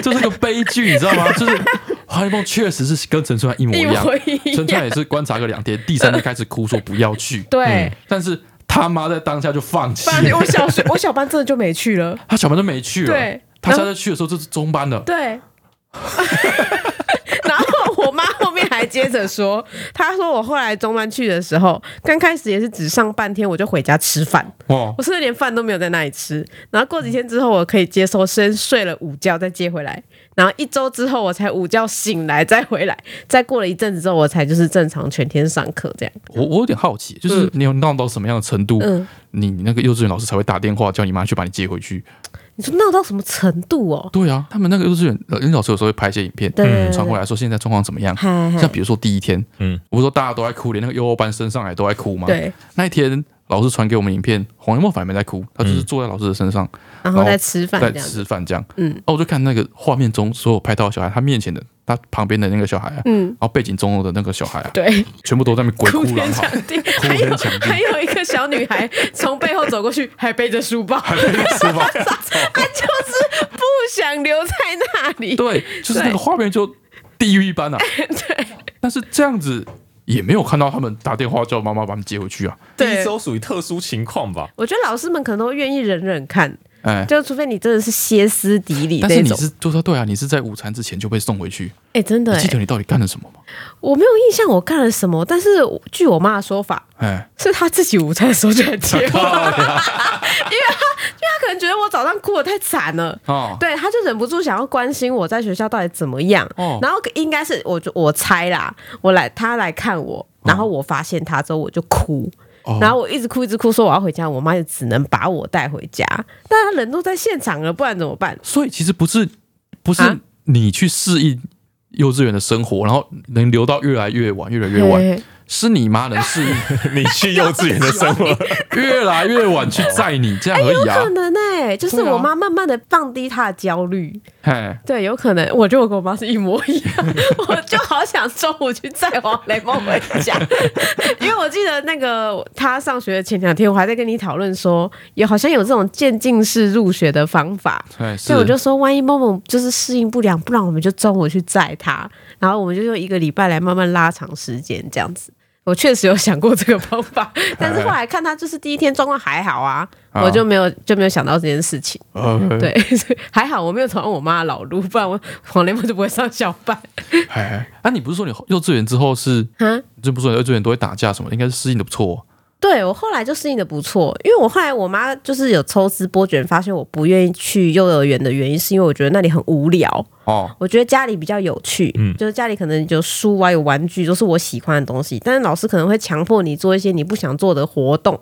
B: 这是个悲剧，你知道吗？就是黄一梦确实是跟陈川一 模一样
D: 一模一， 样
B: 陈川也是观察个两天，第三天开始哭说不要去， 嗯
D: 对。
B: 但是他妈在当下就放弃
D: 不然
B: 了，
D: 我小学我小班真的就没去了，
B: 他小班都没去了
D: 对，
B: 他下
D: 然
B: 次去的时候就是中班了，
D: 对。 然后我妈后面还接着说，她说我后来中班去的时候，刚开始也是只上半天，我就回家吃饭，
B: 哦
D: 我甚至连饭都没有在那里吃。然后过几天之后，我可以接受，先睡了午觉再接回来，然后一周之后我才午觉醒来再回来，再过了一阵子之后，我才就是正常全天上课这样。
B: 我我有点好奇，就是你有闹到什么样的程度，
D: 嗯
B: 你你那个幼稚园老师才会打电话叫你妈去把你接回去？
D: 你说闹到什么程度哦？
B: 对啊，他们那个幼稚园呃因为老师有时候会拍一些影片，
D: 对对对
B: 传过来说现在状况怎么样？
D: 嗨嗨
B: 像比如说第一天，嗯
C: 嗯，
B: 我不是说大家都在哭，连那个幼儿班升上来都在哭嘛。，
D: 对，
B: 那一天老师传给我们影片，黄一梦反而没在哭，他就是坐在老师的身上、
D: 然
B: 然后
D: 后再吃饭
B: 在
D: 这样子。
B: 吃饭这样。嗯
D: 嗯，
B: 然后我就看那个画面中所有拍到的小孩，他面前的他旁边的那个小孩、啊，嗯，然后背景中的那个小孩、啊，
D: 对，
B: 全部都在那边 鬼 哭狼
D: 天
B: 嚎。
D: 抢地，还
B: 天
D: 有
B: 抢地
D: 还有一个小女 孩从背后走过去，还背着书包， 她
B: 是吧？
D: 就是不想留在那里。
B: 对，就是那个画面就地狱一 般啊。对，但是这样子也没有看到他们打电话叫妈妈把他们接回去啊。
C: 第一
D: 对，
C: 周属于特殊情况吧，
D: 我觉得老师们可能都愿意忍忍看，
B: 哎，
D: 就除非你真的是歇斯底里
B: 但
D: 那
B: 是你
D: 种。
B: 是就说对啊，你是在午餐之前就被送回去。
D: 哎、真的、
B: 你记
D: 欸，
B: 得你到底干了什么吗？
D: 我没有印象我干了什么，但是据我妈的说法，
B: 哎，
D: 是她自己午餐的时候就来
B: 哦
D: 接我，因为她 因为
B: 啊
D: 她可能觉得我早上哭的太惨了。
B: 哦，
D: 对，他就忍不住想要关心我在学校到底怎么样。
B: 哦
D: 然后应该是我就我猜啦，我来他来看我，然后我发现他之后我就哭。
B: 哦
D: 然后我一直哭一直哭，说我要回家，我妈就只能把我带回家。但他人都在现场了，不然怎么办？
B: 所以其实不是不是
D: 啊
B: 你去适应幼稚园的生活，然后能留到越来越晚，越来越晚，
D: 嘿嘿
B: 是你妈能适应
C: 你去幼稚园的生 活，
B: 越来越晚去载你这样而已啊
D: 可。能哎、就是
B: 对啊
D: 我妈慢慢的放低她的焦虑，
B: 哎，
D: 对，有可能。我觉得我跟我妈是一模一样，我就好想中午去载黄雷梦回 家，因为我记得那个他上学的前两天，我还在跟你讨论说，有好像有这种渐进式入学的方法。
B: 对，是
D: 所以我就说，万一梦梦就是适应不良，不然我们就中午去载他，然后我们就用一个礼拜来慢慢拉长时间这样子。我确实有想过这个方法，但是后来看他就是第一天状况还好啊，
B: 好
D: 我就没有就没有想到这件事情。
B: 呃，
D: 对，还好我没有走上我妈的老路，不然我黄连梦就不会上小班。
B: 哎，那你不是说你幼稚园之后是
D: 啊，
B: 就不是说幼稚园都会打架什么，应该是适应的不错、
D: 对我后来就适应的不错，因为我后来我妈就是有抽丝剥茧，发现我不愿意去幼儿园的原因，是因为我觉得那里很无聊，
B: 哦。
D: 我觉得家里比较有趣，
C: 嗯
D: 就是家里可能有书啊，有玩具，都是我喜欢的东西，但是老师可能会强迫你做一些你不想做的活动。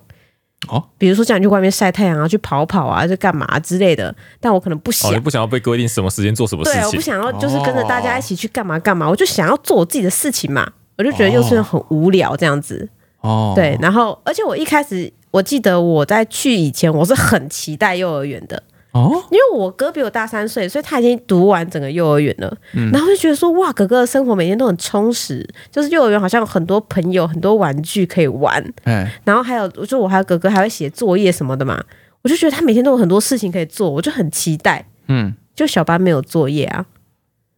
B: 哦，
D: 比如说叫你去外面晒太阳啊，去跑跑啊，就干嘛之类的，但我可能不想
C: 哦，你。不想要被规定什么时间做什么事
D: 对，我不
C: 情，
D: 想要就是跟着大家
B: 哦
D: 一起去干嘛干嘛，我就想要做我自己的事情嘛。我就觉得幼稚园很无聊这样子，
B: 哦，
D: 对。然后，而且我一开始我记得我在去以前，我是很期待幼儿园的，
B: 哦，
D: 因为我哥比我大三岁，所以他已经读完整个幼儿园了。
B: 嗯
D: 然后就觉得说，哇，哥哥的生活每天都很充实，就是幼儿园好像有很多朋友、很多玩具可以玩，
B: 哎，
D: 然后还有，就我还有哥哥还会写作业什么的嘛，我就觉得他每天都有很多事情可以做，我就很期待。
B: 嗯，
D: 就小班没有作业啊，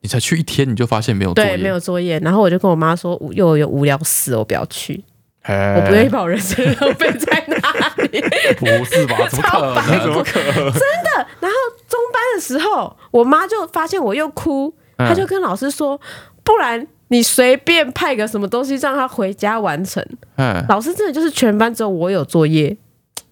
B: 你才去一天你就发现没有作业，
D: 对，没，有作业。然后我就跟我妈说，幼儿园无聊死了，我不要去，
B: 哎，
D: 我不愿意，把我人生浪费在那里。
B: 不是吧？怎么可
D: 超白
B: 能？怎么可能？
D: 然后中班的时候，我妈就发现我又哭，
B: 嗯
D: 她就跟老师说，不然。你随便派个什么东西让她回家完成，
B: 哎，
D: 老师真的就是全班只有我有作业，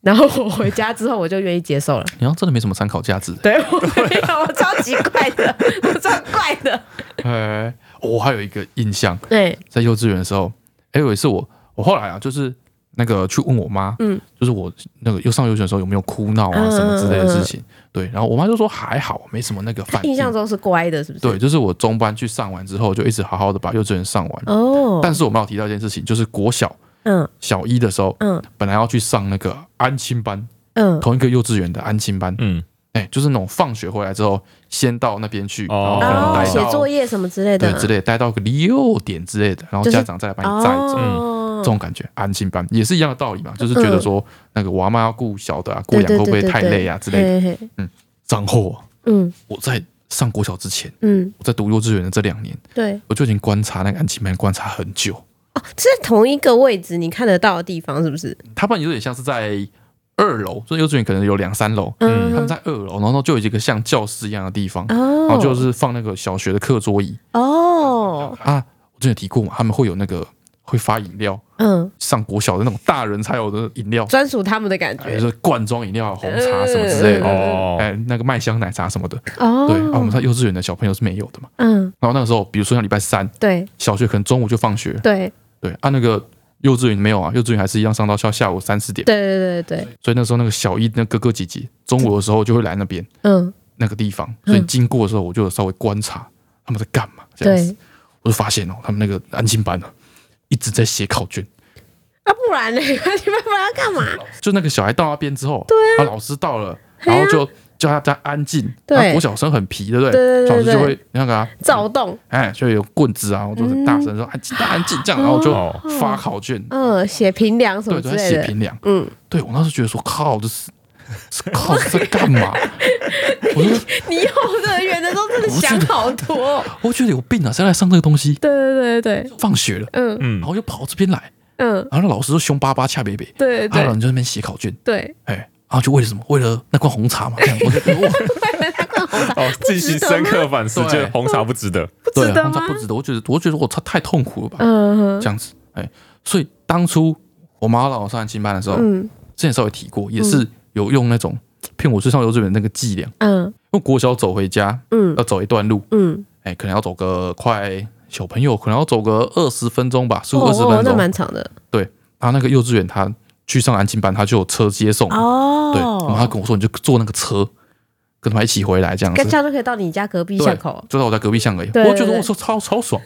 D: 然后我回家之后我就愿意接受 了。
B: 你好像真的没什么参考价 值。
D: 对我没有，我超级怪的，我超怪 的。
B: 哎，我还有一个印象，
D: 对，
B: 在幼稚园的时候，哎，有一次我我后来啊，就是那个去问我妈，
D: 嗯，
B: 就是我那个又上幼稚园的时候有没有哭闹
D: 嗯
B: 啊
D: 嗯
B: 什么之类
D: 嗯
B: 的
D: 嗯
B: 事情，对，然后我妈就说还好，没什么 那个反
D: 印
B: 应，
D: 象中是乖的，是不是？
B: 对，就是我中班去上完之后，就一直好好的把幼稚园上完，
D: 哦，
B: 但是我妈有提到一件事情，就是国小
D: 嗯
B: 小一的时候，
D: 嗯
B: 本来要去上那个安亲班，
D: 嗯，
B: 同一个幼稚园的安亲班，
C: 嗯，
B: 哎、就是那种放学回来之后，先到那边去，然
C: 哦
B: 后可
D: 哦，
B: 能待
D: 写
B: 到
D: 作业什么之类的
B: 对，之类的，待到个六点之类的，然后
D: 就是
B: 家长再嗯来把你载走，
D: 哦
B: 这，种感觉。安心班也是一样的道理嘛，就是觉得说、那个娃妈要顾小的啊，顾
D: 嗯对
B: 养会
D: 对
B: 不
D: 对
B: 会
D: 对
B: 太累啊之类的。
D: 对嘿嘿
B: 然后啊，
D: 嗯
B: 我在上国小之前，
D: 嗯，
B: 我在读幼稚园的这两年，
D: 对，
B: 我就已经观察那个安心班观察很久，
D: 哦，是在同一个位置你看得到的地方，是不是？
B: 他们有点像是在二楼，就是幼稚园可能有两三楼，
D: 嗯
B: 他们在二楼，然后就有一个像教室一样的地方，
D: 哦，
B: 然后就是放那个小学的课桌椅
D: 哦，
B: 啊。我之前有提过嘛，他们会有那个会发饮料，
D: 嗯，
B: 上国小的那种大人才有的饮料，
D: 专属他们的感
B: 哎
D: 觉
B: 就是罐装饮料、红茶什么之类
D: 嗯
B: 的，
D: 嗯
B: 哦
C: 哦，
B: 哎，那个麦香奶茶什么的。
D: 哦，
B: 对啊，我们在幼稚园的小朋友是没有的嘛。
D: 嗯，
B: 然后那个时候，比如说像礼拜三，
D: 对
B: 小学可能中午就放学，
D: 对
B: 对啊，那个幼稚园没有啊，幼稚园还是一样上到下下午三四点
D: 对。对对对，
B: 所以那时候那个小一那哥哥姐姐中午的时候就会来那边
D: 嗯，
B: 那个地方，所以经过的时候我就有稍微观察他们在干嘛，这样子
D: 对，
B: 我就发现哦，他们那个安静班啊一直在写考卷。
D: 啊，不然呢？ 你们不然要干嘛？
B: 就那个小孩到那边之后，对啊，老师到了，然后就叫他家安静。
D: 对
B: 然后国小生很皮，对不对？
D: 对对对
B: 老师就
D: 对
B: 会那个啊，
D: 躁动，
B: 哎，就有棍子啊，我就很大声说安静，大家安静，这样，然后就
D: 哦
B: 发考卷，
D: 嗯，写评量什么
B: 对，就
D: 之
B: 在
D: 类
B: 写
D: 的，
B: 评量。
D: 嗯，
B: 对我那时候觉得说，靠，这是。这靠，这在干 嘛？我就
D: 你幼儿园的时候真的想好多哦，
B: 我觉得有病啊！谁来上这个东西？
D: 对对对对对，
B: 放学了，
D: 嗯
B: 然后又跑这边来，
D: 嗯，
B: 然后那老师就凶巴巴、恰北北，
D: 对
B: 然后
D: 对
B: 人就在那边写考卷，
D: 对，
B: 哎，然后就为了什么？为了那罐红茶嘛。这 样我 就觉得
D: 啊
B: 哇，
C: 哦，进行深刻反思，
B: 对
C: 觉得红茶不值得。
B: 对
D: 值得
B: 啊，红
D: 吗
B: 茶不值得，我觉得我觉得我操太痛苦了吧，
D: 嗯
B: 这样子，哎，所以当初我妈让我上安亲班的时候，
D: 嗯
B: 之前稍微提过，也是有用那种骗我去上幼稚园的那个伎俩，
D: 嗯
B: 用国小走回家
D: 嗯
B: 要走一段路，
D: 嗯，
B: 哎，可能要走个快小朋友可能要走个二十分钟吧，十五二十
D: 哦，
B: 分
D: 那
B: 钟，
D: 蛮长的
B: 然后那个幼稚园他去上安亲班，他就有车接送，
D: 哦
B: 对，然后他跟我说你就坐那个车，跟他们一起回来这样
D: 这
B: 子，
D: 哦样就可以到你家隔壁
B: 对
D: 巷口，
B: 就在我家隔壁巷而已，
D: 对
B: 我觉得
D: 对对
B: 我说超超爽，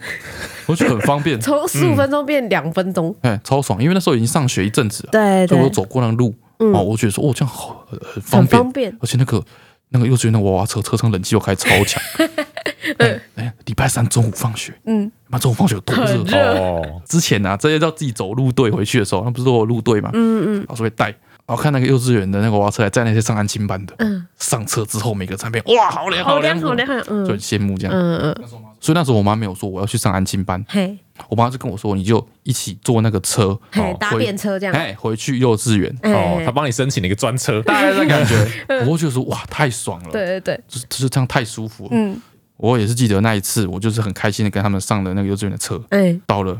B: 我觉得很方 便，
D: 从十五分钟变两分钟，
B: 哎，超爽，因为那时候已经上学一阵子了，
D: 对
B: 所以我
D: 对，
B: 走过那个路，
D: 嗯
B: 哦，我觉得说，哦，这样好，很很
D: 很
B: 方便，
D: 方便，
B: 而且那个那个幼稚园的娃娃车车上冷气又开超 强，哎哎，礼拜三中午放学，
D: 嗯，
B: 妈中午放学有多
D: 很
B: 热
D: 热
B: 哦！
C: 哦，
B: 之前啊，这些叫自己走路队回去的时候，那不是都有路队嘛，
D: 嗯嗯
B: 老师会带，然后看那个幼稚园的那个娃娃车来载那些上安亲班的，
D: 嗯，
B: 上车之后每个站边，哇，好凉
D: 好
B: 凉哦
D: 凉好，凉，嗯
B: 就很羡慕这样。
D: 嗯嗯，
B: 所以那时候我妈没有说我要去上安亲班，
D: 嘿
B: 我妈就跟我说，你就一起坐那个车，
D: 嘿
B: 哦，
D: 搭
B: 回
D: 便车这样，
B: 哎，回去幼稚园。
C: 哦，他
D: 哎，
C: 帮你申请了一个专车，
B: 大概这感 觉，我会觉得说哇，太爽了，
D: 对，对对，
B: 就是就是这样太舒服了。
D: 嗯，
B: 我也是记得那一次，我就是很开心的跟他们上了那个幼稚园的车，
D: 哎
B: 到了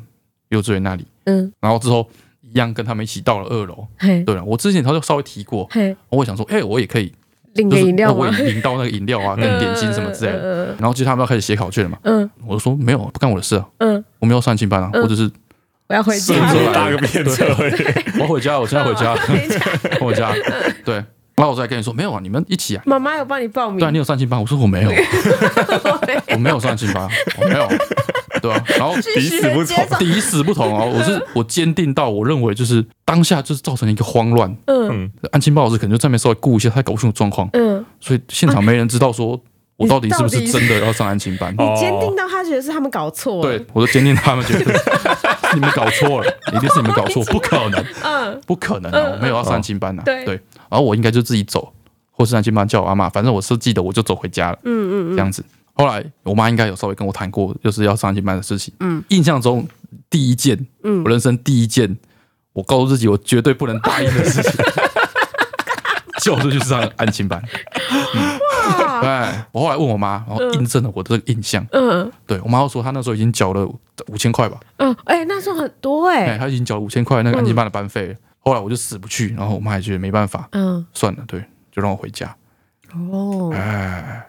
B: 幼稚园那里，
D: 嗯
B: 然后之后一样跟他们一起到了二楼。
D: 嘿
B: 对了，啊我之前他就稍微提过，
D: 嗯嘿，
B: 我也想说，哎、我也可以，
D: 领
B: 就
D: 个
B: 是
D: 饮料
B: 我
D: 吗？嗯
B: 也领到那个饮 料啊，跟点心什么之类的。
D: 的，
B: 然后接着他们要开始写考卷了嘛，
D: 嗯
B: 我就说没有，不干我的事啊，
D: 嗯，
B: 我没有上进班啊，
D: 嗯
B: 我只是
D: 我要回
C: 顺
D: 家，
C: 着搭个便车而 已。
B: 我要回家，我现在回 家， 我回家。对，然后我再跟你说没有啊，你们一起啊，
D: 妈妈有帮你报名
B: 对啊，，你有上进班？我说我没有，我 没有上进班，我没有，对啊，然后
C: 彼此不同
B: 抵死不同哦，我是我坚定到我认为就是当下就是造成了一个慌乱，
D: 嗯
B: 安亲班老师可能就在那边稍微顾一下，他搞不清楚状况，
D: 嗯，
B: 所以现场没人知道说我到底是不是真的要上安亲班。
C: 哦
D: 你坚定到他觉得是他们搞错，
B: 对，，我就坚定他们觉得 是你们搞错了，一定是你们搞错，不可能，
D: 嗯
B: 不可能啊！我没有要上安亲班啊，
D: 对
B: 对，然后我应该就自己走，或是安亲班叫我阿妈，反正我是记得我就走回家了。
D: 嗯嗯
B: 这样子。后来我妈应该有稍微跟我谈过，就是要上安亲班的事情。嗯，印象中第一件，
D: 嗯
B: 我人生第一件，我告诉自己我绝对不能答应的事 情，就是去上安亲班。嗯，哎，我后来问我妈，然后印证了我的这个印象。
D: 嗯
B: 对我妈又说，她那时候已经缴了五千块吧，
D: 嗯，哎，那时候很多
B: 哎，
D: 哎，
B: 她已经缴了五千块那个安亲班的班费了。后来我就死不去，然后我妈也觉得没办法，
D: 嗯
B: 算了，对，就让我回家。
D: 哦，
B: 哎，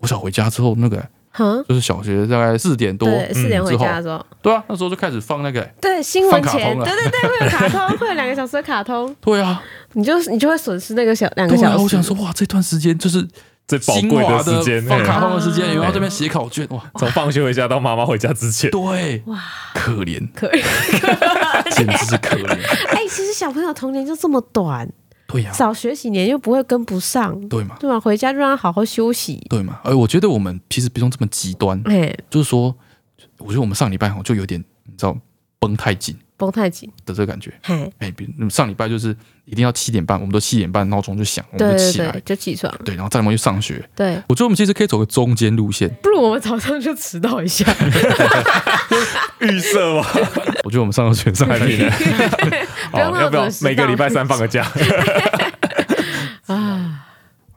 B: 我想回家之后，那个
D: 哼，
B: 就是小学大概四点多，嗯
D: 对，四点回家的时候，
B: 对啊，那时候就开始放那个、欸
D: 对新闻
B: 放卡
D: 前，
B: 通了啊
D: 对对 对，会有卡通，会有两个小时的卡通，
B: 对啊，
D: 你就你就会损失那个小两个
B: 对
D: 小
B: 啊，
D: 时。
B: 我想说哇，这段时间就是
C: 最宝
B: 精
C: 贵
B: 华
C: 时间，哎
B: 放
C: 嘿
B: 卡通的时间，
D: 啊
B: 然后这边写考卷，哇，
C: 从放学回家到妈妈回家之前，
B: 对，哇，可怜，
D: 可以，
B: 简直是可怜，
D: 哎、其实小朋友童年就这么短，
B: 对呀、
D: 少学几年又不会跟不上，
B: 对嘛，
D: 对吧？回家就让他好好休息。
B: 对嘛，哎，我觉得我们其实不用这么极端，
D: 哎、
B: 就是说，我觉得我们上礼拜好像就有点，你知道，绷太紧
D: 绷太紧，
B: 的这个感觉。
D: 嘿，
B: 哎，比如上礼拜就是一定要七点半，我们都七点半闹钟就响，我
D: 对
B: 们就
D: 对
B: 起来，
D: 对，就起床，
B: 对然后再我们去上学。
D: 对，
B: 我觉得我们其实可以走个中间路 线，
D: 不如我们早上就迟到一 下，
C: 预设 吗？
B: 我觉得我们上到学上
C: 太
B: 可以
C: 厉 害了，
D: 不要那
C: 哦
D: 么
C: 好要不要
D: 准时
C: 每个礼拜三放个假？
D: 啊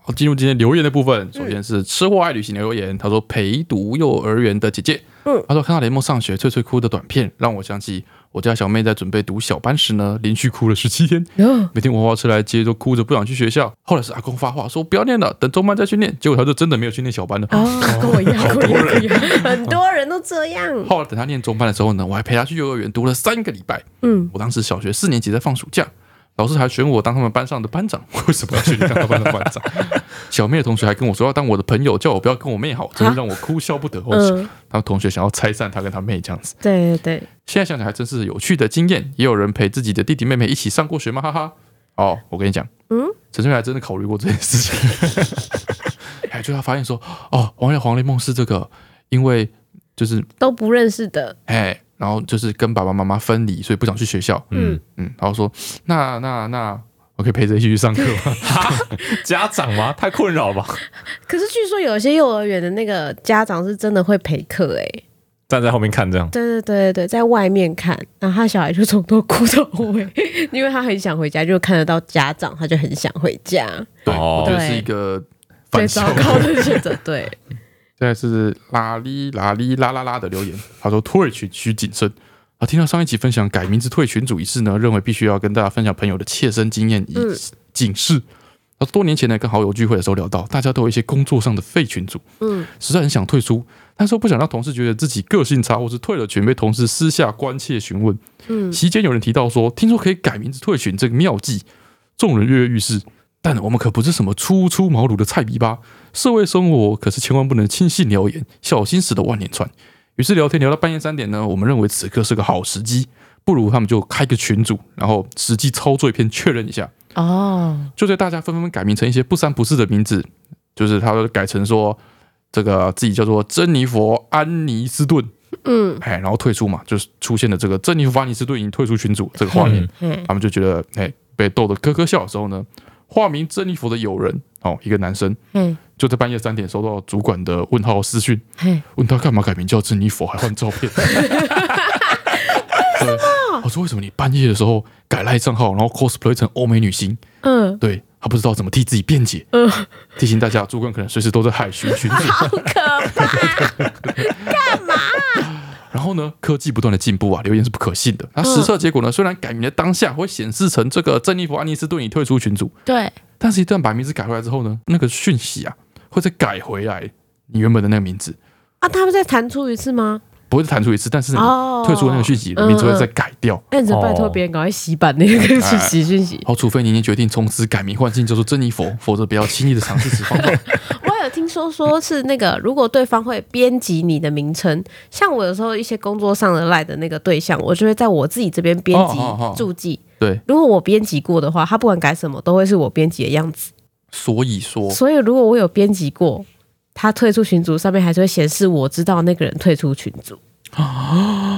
B: 好，进入今天留言的部
D: 嗯
B: 分，首先是吃货爱旅行的留言，他说陪读幼儿园的姐姐，嗯，他说看到雷梦上学脆脆哭的短片，让我想起我家小妹在准备读小班时呢，连续哭了十七天，
D: 嗯
B: 每天我花车来接都哭着不想去学校。后来是阿公发话说不要念了，等中班再去念，结果他就真的没有去念小班了。
D: 哦，跟我一样，跟我一样跟我一样，很多人都这样。
B: 后来等他念中班的时候呢，我还陪他去幼儿园读了三个礼拜。
D: 嗯，
B: 我当时小学四年级在放暑假，老师还选我当他们班上的班长。我为什么要选你当他班的班长？ 小妹的同学还跟我说要当我的朋友，叫我不要跟我妹好，真是让我哭笑不得。
D: 啊嗯
B: 他们同学想要拆散他跟他妹这样子。
D: 对对对，
B: 现在想起来真是有趣的经验，也有人陪自己的弟弟妹妹一起上过学吗？哈哈。哦，我跟你讲，嗯，陈翠还真的考虑过这件事情， 哎，就他发现说，哦，王力黄雷梦是这个，因为就是
D: 都不认识的，
B: 哎，然后就是跟爸爸妈妈分离，所以不想去学校。
C: 嗯，
B: 嗯，然后说那那那我可以陪着一起去上课吗？
C: 家长吗？太困扰吧？
D: 可是据说有些幼儿园的那个家长是真的会陪课哎、
C: 站在后面看这样，
D: 对对对对，在外面看，然后他小孩就从头哭到尾， 因为他很想回家，就看得到家长，他就很想回家。
B: 对，
C: 哦
B: 我觉得是一个反
D: 最糟
B: 向。
D: 糕的选择，对，
B: 现在是拉哩拉哩啦啦啦的留言，他说退群需谨慎。啊，听到上一集分享改名字退群组一事呢，认为必须要跟大家分享朋友的切身经验以
D: 嗯
B: 警示。他说多年前呢，跟好友聚会的时候聊到，大家都有一些工作上的废群组，
D: 嗯，
B: 实在很想退出，但是又不想让同事觉得自己个性差，或是退了群被同事私下关切询问。
D: 嗯
B: 期间有人提到说，听说可以改名字退群这个妙计，众人跃跃欲试。但我们可不是什么初出茅庐的菜逼吧？社会生活可是千万不能轻信谣言，小心驶得万年船。于是聊天聊到半夜三点呢，我们认为此刻是个好时机，不如他们就开个群组，然后实际操作一遍确认一下。
D: 哦，
B: 就在大家纷纷改名成一些不三不四的名字，就是他都改成说这个自己叫做珍妮佛·安妮斯顿，
D: 嗯，
B: 哎，然后退出嘛，就是出现了这个珍妮佛·安妮斯顿已经退出群组这个画面，
D: 嗯嘿，
B: 他们就觉得哎被逗得咯咯笑的时候呢，化名珍妮佛的友人哦，一个男生
D: 嘿，
B: 就在半夜三点收到主管的问号私讯，
D: 嘿，
B: 问他干嘛改名叫珍妮佛还换照 片。 对，我说为什么你半夜的时候改赖账号，然后 cosplay 成欧美女星？
D: 嗯，
B: 对他不知道怎么替自己辩解，
D: 嗯
B: 提醒大家，主管可能随时都在海巡巡视。
D: 可
B: 然后呢，科技不断的进步啊，留言是不可信的。那实
D: 嗯
B: 测结果呢，虽然改名的当下会显示成这个珍妮弗·安妮斯顿已退出群组，
D: 对，
B: 但是一旦把名字改回来之后呢，那个讯息啊会再改回来你原本的那个名字，
D: 啊，他们再弹出一次吗？
B: 不会再弹出一次，但是
D: 哦嗯
B: 退出的那个讯息名字会再改掉。
D: 那哎你就拜托
C: 哦
D: 别人赶快洗版那个讯息讯息。
B: 好，除非你已经决定从此改名换姓叫做珍妮佛，否则不要轻易的尝试此方法。
D: 我有听说说是那个，如果对方会编辑你的名称，像我有时候一些工作上的赖的那个对象，我就会在我自己这边编辑
B: 哦哦哦
D: 注记。
B: 对，
D: 如果我编辑过的话，他不管改什么都会是我编辑的样子。
B: 所以说，
D: 所以如果我有编辑过，他退出群组上面还是会显示我知道那个人退出群 组。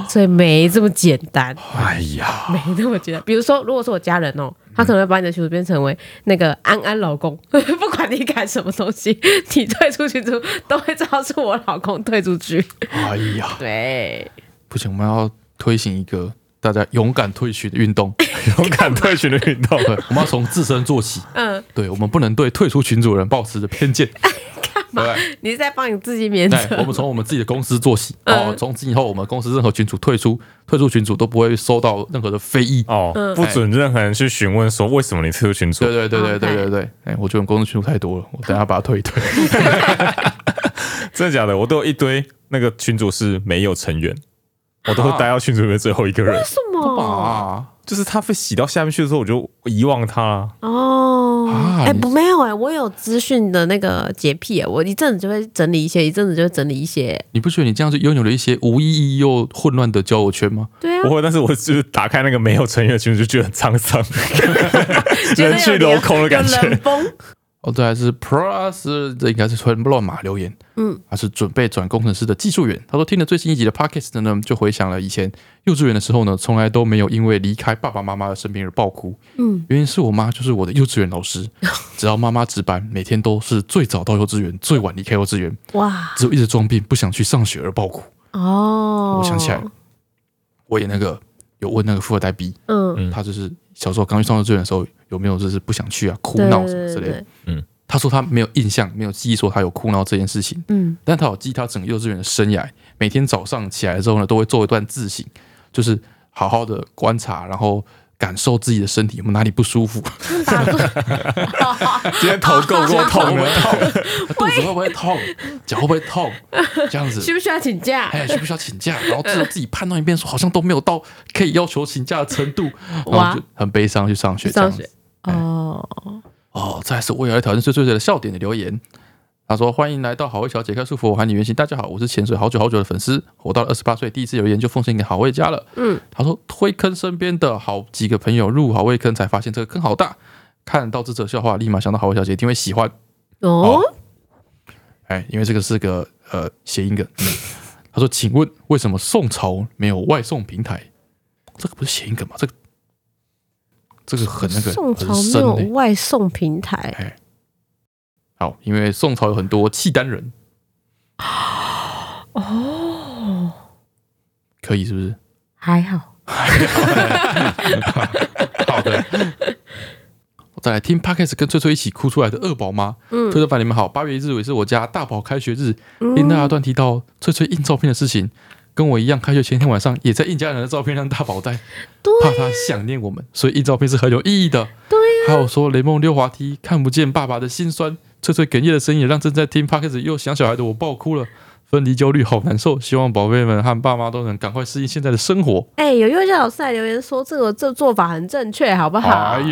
D: 所以没这么简单，
B: 哎呀，
D: 没那么简单。比如说，如果是我家人哦，他可能会把你的群组变成为那个安安老公， 不管你改什么东西，你退出群组都会知道是我老公退出去。
B: 哎呀。
D: 对，
B: 不行，我们要推行一个大家勇敢退群的运动。
C: 勇敢退群的运 动，
B: 对，我们要从自身做起。
D: 嗯，
B: 对，我们不能对退出群组的人抱持着偏见。对，哎
D: 你是在帮你自己免
B: 对，我
D: 责。
B: 们从我们自己的公司做起。哦，从今以后，我们公司任何群组退出，退出群组都不会收到任何的非议。
C: 哦，不准任何人去询问说为什么你退出群组
B: 对，对对对对
D: OK
B: 对对，哎，我觉得我们公司群组太多了，我等一下把它退一退。
C: 真的假的？我都有一堆那个群主是没有成员，我都会待到群主里面最后一个人，
D: 什么？
B: 啊
C: 就是他被洗到下面去的时候，我就遗忘他了。
D: 哦，
B: 啊
D: 哎、
B: 你
D: 不，没有哎、我有资讯的那个洁癖、哎我一阵子就会整理一些，一阵子就会整理一些、
B: 你不觉得你这样就拥有了一些无意义又混乱的交友圈吗？
D: 对啊
C: 不，会，但是我就是打开那个没有成员的群组，就觉得很沧桑，
D: 觉得
C: 人
D: 有
C: 去
D: 点
C: 楼空的感
D: 有
C: 觉
D: 冷。风，
B: 哦，对，还是 Plus，这应该是纯乱码留言。嗯，他是准备转工程师的技术员。他说听了最新一集的 Podcast 呢，就回想了以前幼稚园的时候呢，从来都没有因为离开爸爸妈妈的身边而爆哭。嗯，原因是我妈就是我的幼稚园老 师，只要妈妈值班，每天都是最早到幼稚园，最晚离开幼稚园，
D: 哇，
B: 只有一直装病不想去上学而爆哭。
D: 哦，
B: 我想起来了，我也那个有问那个富二代 B，
D: 嗯，
B: 他就是小时候刚去上幼稚园的时候有没有就是不想去啊、哭
D: 对
B: 闹
D: 对
B: 什么
D: 对
B: 之
D: 对
B: 类的
D: 对，。
B: 他说他没有印象，没有记忆说他有哭闹这件事情，
D: 嗯，
B: 但他有记他整个幼稚园的生涯，每天早上起来之后呢，都会做一段自省，就是好好的观察，然后感受自己的身体有没有哪里不舒 服，
D: 打住，
C: 今天头够不够痛了？
B: 肚子会不会 痛，脚会不会痛，这 样子。
D: 需不需要请假？
B: 哎，需不需要请假？ 然后最后自己判断一遍，说好像都没有到可以要求请假的程度，然
D: 哇
B: 后就很悲伤去上学。这哎样
D: 上
B: 子。
D: 学哦，
B: 哦，再来是我也来讨论碎碎碎的笑点的留言。他说：“欢迎来到好味小姐开束缚，我喊你原型。大家好，我是潜水好久好久的粉丝，活到了二十八岁，第一次留言就奉献给好味家了。”嗯，他说推坑身边的好几个朋友入好味坑，才发现这个坑好大。看到这则笑话，立马想到好味小姐，一定会喜欢。
D: 哦，
B: 哎，因为这个是个呃谐音梗。嗯他说：“请问为什么宋朝没有外送平台？这个不是谐音梗吗？这个这个很那个
D: 宋朝
B: 很深
D: 没有
B: 欸
D: 外送平台，
B: 好，因为宋朝有很多契丹人。哦，可以是不是？
D: 还好，
B: 好的。我再来听 Podcast 跟翠翠一起哭出来的二宝妈，嗯，翠翠版你们好，八月一日也是我家大宝开学日，
D: 嗯
B: 听大家段提到翠翠印照片的事情，跟我一样，开学前天晚上也在印家人的照片让大宝带，
D: 对
B: 怕他想念我们，所以印照片是很有意义的。
D: 对啊
B: 还有说雷梦溜滑梯看不见爸爸的心酸，脆脆哽咽的声音也让正在听 podcast 又想小孩的我爆哭了。分离焦虑好难受，希望宝贝们和爸妈都能赶快适应现在的生活。
D: 哎，有幼教老师来留言说这个这做法很正确，好不好
B: 哎？呀，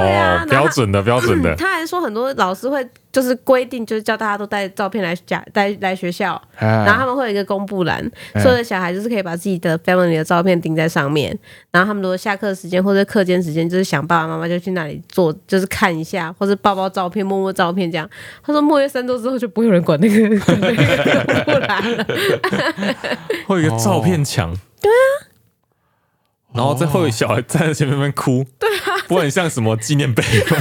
D: 对啊
C: 哦
D: 然后，嗯
C: 标准的，标准的。
D: 他还说很多老师会就是规定，就是叫大家都带照片来家带来学校，然后他
B: 哎，
D: 们会有一个公布栏，所有的小孩就是可以把自己的 family 的照片钉在上面，然后他们如果下课时间或者课间时间，就是想爸爸妈妈就去那里做，就是看一下或者抱抱照片、摸摸照片这样。他说莫约三周之后就不会有人管那 个管那个公布栏了，
C: 会有一个照片墙，对啊，然后再会有小孩站在前面那边哭，对啊，不然很像什么纪念碑 吗？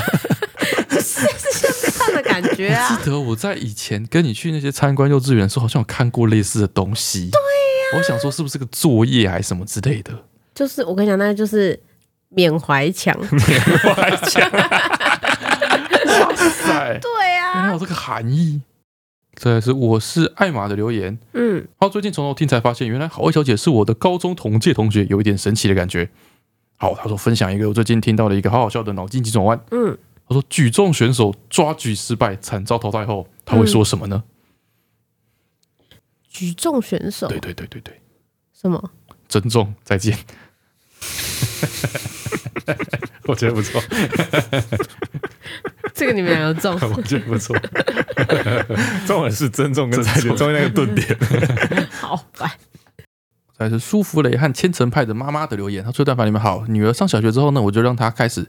D: 就是看的感觉啊。
B: 记得我在以前跟你去那些参观幼稚园的时候，好像有看过类似的东西。对呀、我想说是不是个作业还是什么之类的？
D: 就是我跟你讲，那个就是缅怀墙，
C: 我还讲
B: 塞，
D: 对
B: 原来
D: 啊，
B: 有这个含义。再来是我是艾玛的留言，
D: 嗯，
B: 然后最近从头听才发现，原来好味小姐是我的高中同届同学，有一点神奇的感觉。好，他说分享一个我最近听到的一个好好笑的脑筋急转弯。
D: 嗯，
B: 他说举重选手抓举失败惨遭淘汰后，他会说什么呢？
D: 举重选手
B: 对对对对对，
D: 什么？
B: 珍重再见。
C: 我觉得不错，
D: 这个你们俩有 中，
C: 我觉得不错。 重点是尊重跟再见，中间那个顿点，
D: 好烦。
B: 再来是舒芙蕾和千层派的妈妈的留言，她说：“蛋凡你们好，女儿上小学之后呢，我就让她开始。”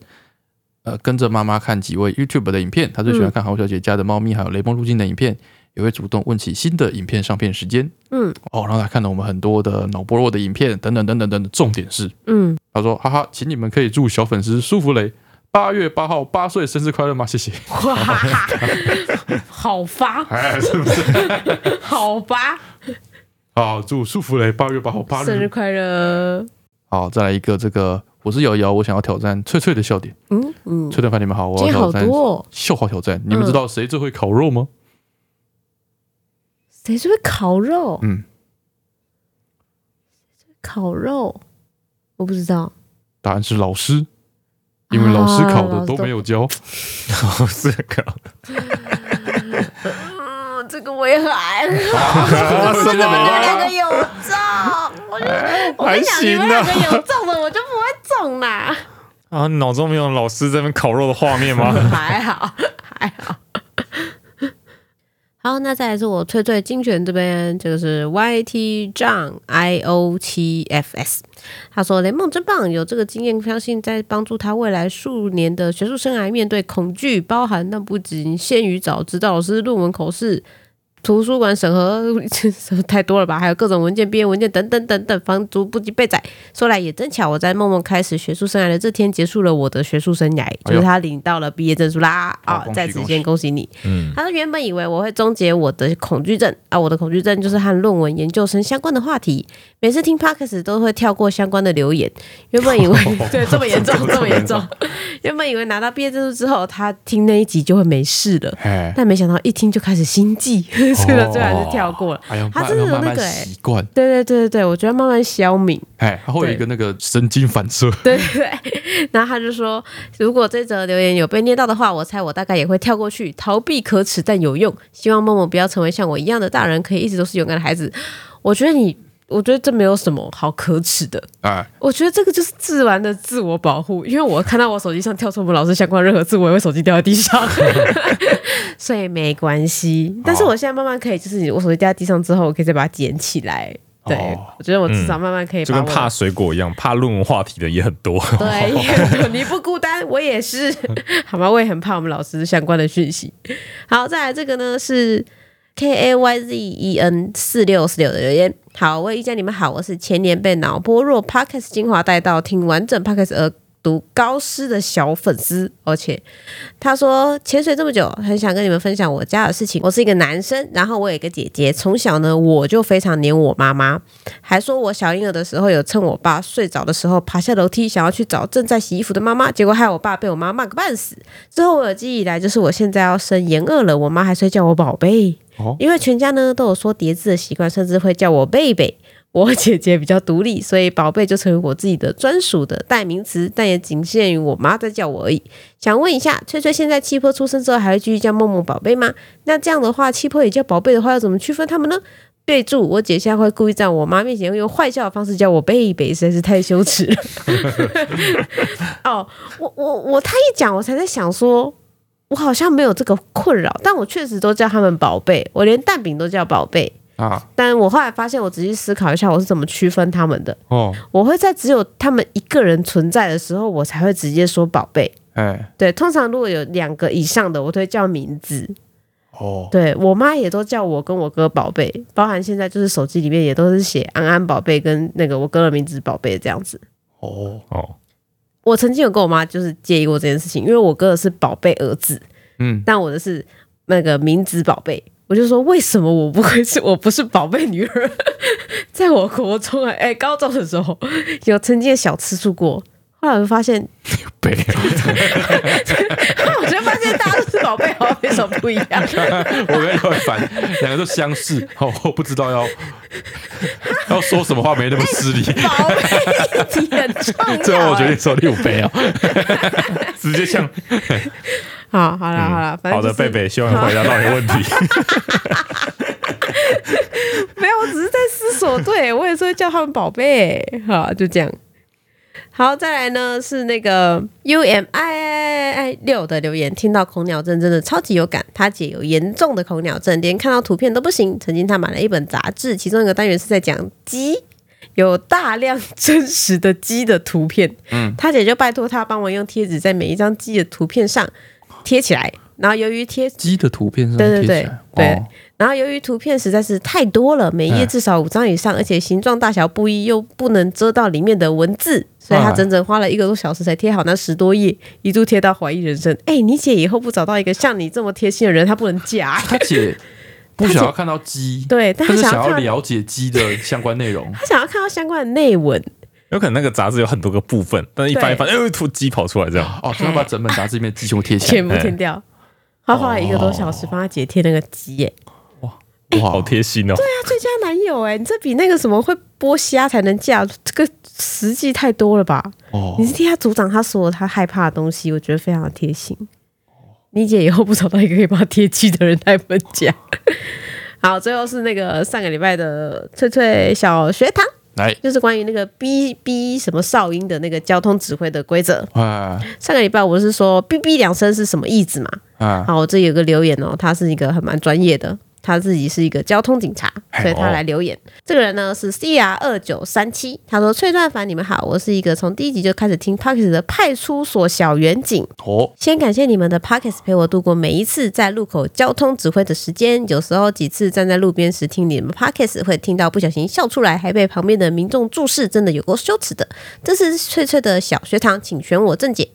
B: 呃，跟着妈妈看几位 YouTube 的影片，她最喜欢看好小姐家的猫咪，还有雷蒙入境的影片，也会主动问起新的影片上片时间。
D: 嗯，
B: 哦，然后她看了我们很多的脑波弱的影片，等等等等等等。重点是，
D: 嗯，
B: 她说：“哈哈，请你们可以祝小粉丝舒芙蕾八月八号八岁生日快乐吗？谢谢。
D: 哇，好发”，
B: 哎，是不是？
D: 好发，
B: 好，祝舒芙蕾八月八号八
D: 生日
B: 日。
D: 快乐！
B: 好，再来一个这个，我是瑶瑶，我想要挑战翠翠的笑点。
D: 嗯嗯，
B: 翠翠凡，你们好，我
D: 今
B: 要挑
D: 天好
B: 战
D: 多、哦，
B: 笑话挑战，你们知道谁最会烤肉吗？
D: 谁是会烤肉？
B: 嗯，
D: 烤肉，我不知道，
B: 答案是老师，因为老师烤
D: 啊
B: 的
D: 老师
B: 都没有教。
C: 我是靠
D: 嗯，这个威海，
B: 啊
C: 什
D: 你们两个有中，我就 我跟你讲，你们两个有中的，我就不会中啦。
C: 啊？你脑中没有老师在那边烤肉的画面吗？
D: 还好，还好。好，那再来是我推最精选这边，这个是 YT 账 I O 七 F S，他说雷梦真棒，有这个经验，相信在帮助他未来数年的学术生涯面对恐惧，包含但不仅限于找指导老师、论文口试、图书馆审核， 什么太多了吧？还有各种文件、毕业文件等等等等，防足不及被宰。说来也真巧，我在梦梦开始学术生涯的这天，结束了我的学术生涯，就是他领到了毕业证书啦！
B: 好
D: 啊、
B: 恭喜
D: 在此
B: 恭喜
D: 先哎恭喜你。
C: 嗯，
D: 他说原本以为我会终结我的恐惧症啊，我的恐惧症就是和论文研究生相关的话题，每次听 podcast 都会跳过相关的留言。原本以为对这么严重，哦这么严重，原本以为拿到毕业证书之后，他听那一集就会没事了，
B: 哎，
D: 但没想到一听就开始心悸， 所以他最后还是跳过了。
B: 还要
D: 他
B: 慢
D: 真的有
B: 慢慢
D: 那个
B: 慢
D: 欸
B: 习惯，
D: 对对对对对，我觉得慢慢消 泯。
B: 哎，他会有一个那个神经反射，
D: 对对对，然后他就说，如果这则留言有被念到的话，我猜我大概也会跳过去，逃避可耻但有用。希望梦梦不要成为像我一样的大人，可以一直都是勇敢的孩子。我觉得你，我觉得这没有什么好可耻的。
B: 哎，
D: 我觉得这个就是自然的自我保护，因为我看到我手机上跳出我们老师相关的任何字，我也会手机掉在 地上，所以没关系。但是我现在慢慢可以，就是我手机掉在地上之后，我可以再把它捡起来。对，我觉得我至少慢慢可以
C: 哦嗯就
D: 把
C: 跟
D: 我的
C: 怕水果一样，怕论文话题的也很多。
D: 对，你不孤单，我也是， 好吗？我也很怕我们老师相关的讯息。好，再来这个呢是 K A Y Z E N 四六四六的留言。好，我意见你们好，我是前年被脑波弱 Podcast 精华带到听完整 Podcast 而读高师的小粉丝，而且他说潜水这么久，很想跟你们分享我家的事情。我是一个男生，然后我有一个姐姐，从小呢我就非常黏我妈妈，还说我小婴儿的时候有趁我爸睡着的时候爬下楼梯，想要去找正在洗衣服的妈妈，结果害我爸被我妈骂个半死。之后我有记忆以来，就是我现在要生研二了，我妈还是会叫我宝贝，
B: 哦
D: 因为全家呢都有说叠字的习惯，甚至会叫我贝贝。我姐姐比较独立，所以宝贝就成为我自己的专属的代名词，但也仅限于我妈在叫我而已。想问一下，翠翠现在七波出生之后还会继续叫梦梦宝贝吗？那这样的话，七波也叫宝贝的话，要怎么区分他们呢？备注：我姐现在会故意在我妈面前用坏笑的方式叫我贝贝，实在是太羞耻了。哦，我我我，他一讲，我才在想说，我好像没有这个困扰，但我确实都叫他们宝贝，我连蛋饼都叫宝贝。
B: 啊，
D: 但我后来发现，我仔细思考一下，我是怎么区分他们的。
B: 哦，
D: 我会在只有他们一个人存在的时候，我才会直接说宝贝。
B: 哎，
D: 对，通常如果有两个以上的，我都会叫名字。
B: 哦，
D: 对我妈也都叫我跟我哥宝贝，包含现在就是手机里面也都是写安安宝贝跟那个我哥的名字宝贝这样子。
B: 哦，
C: 哦，
D: 我曾经有跟我妈就是介意过这件事情，因为我哥的是宝贝儿子，
B: 嗯，
D: 但我的是那个名字宝贝。我就说为什么我不会是我不是宝贝女儿？ 在我国中哎、哎高中的时候有曾经小吃醋过，后来我就发现，
B: 北，
D: 我就发现大家都是宝贝，好像没什么不一样。
B: 我跟廖一凡两个都相似，哦，我不知道 要要说什么话没那么失礼，
D: 宝贝一题很重要、
B: 最后我
D: 哎
B: 决定说六 杯啊，
C: 直接像
D: 好，好了，好了，反正
C: 嗯好的
D: 就是
C: 贝贝，希望回答到你的问题。
D: 没有，我只是在思索。对我也是会叫他们宝贝，好，就这样。好，再来呢是那个 U M I I 六的留言，听到恐鸟症真的超级有感。他姐有严重的恐鸟症，连看到图片都不行。曾经他买了一本杂志，其中一个单元是在讲鸡，有大量真实的鸡的图片。嗯，他姐就拜托他帮我用贴纸在每一张鸡的图片上贴起来。然后由于贴
B: 鸡的图片上
D: 对
B: 贴
D: 对
B: 起
D: 对
B: 来，
D: 对
B: 哦。哎
D: 然后由于图片实在是太多了，每页至少五张以上，而且形状大小不一，又不能遮到里面的文字，所以他
B: 哎
D: 整整花了一个多小时才贴好那十多页，一度贴到怀疑人生。哎，你姐以后不找到一个像你这么贴心的人，她不能嫁。
B: 他姐不想要看到鸡，
D: 对，但
B: 但
D: 她
B: 是
D: 想
B: 想
D: 要
B: 要
D: 看到，，
B: 了解鸡的相关内容
D: 她想要看到相关的内文。
C: 有可能那个杂志有很多个部分，但是一翻 一翻，哎呦，突鸡跑出来这样。
B: 哦，所以他把整本杂志里面的鸡全部贴起
D: 全部填掉。他花了一个
B: 哦
D: 多小时帮他姐贴那个鸡耶、
B: 来，哇，
C: 好贴心哦！
D: 他最佳男友哎、你这比那个什么会剥虾才能嫁，这个实际太多了吧？
B: 哦
D: 你，是替他组长他所有他害怕的东西，我觉得非常的贴心。你姐以后不找到一个可以帮他贴鸡的人，太分家。 好，最后是那个上个礼拜的翠翠小学堂，
B: 来，
D: 就是关于那个 B B 什么哨音的那个交通指挥的规则。
B: 哎
D: 上个礼拜我是说 “b b” 两声是什么意思嘛？
B: 哎，
D: 好，我这里有个留言哦，他是一个很蛮专业的，他自己是一个交通警察，所以他来留言。这个人呢是 C R 二九三七，他说：“崔段凡，你们好，我是一个从第一集就开始听 p o c k e t 的派出所小远景，
B: 哦，
D: 先感谢你们的 p o c k e t 陪我度过每一次在路口交通指挥的时间。有时候几次站在路边时听你们 p o c k e t 会听到不小心笑出来，还被旁边的民众注视，真的有够羞耻的。这是翠翠的小学堂，请选我正解。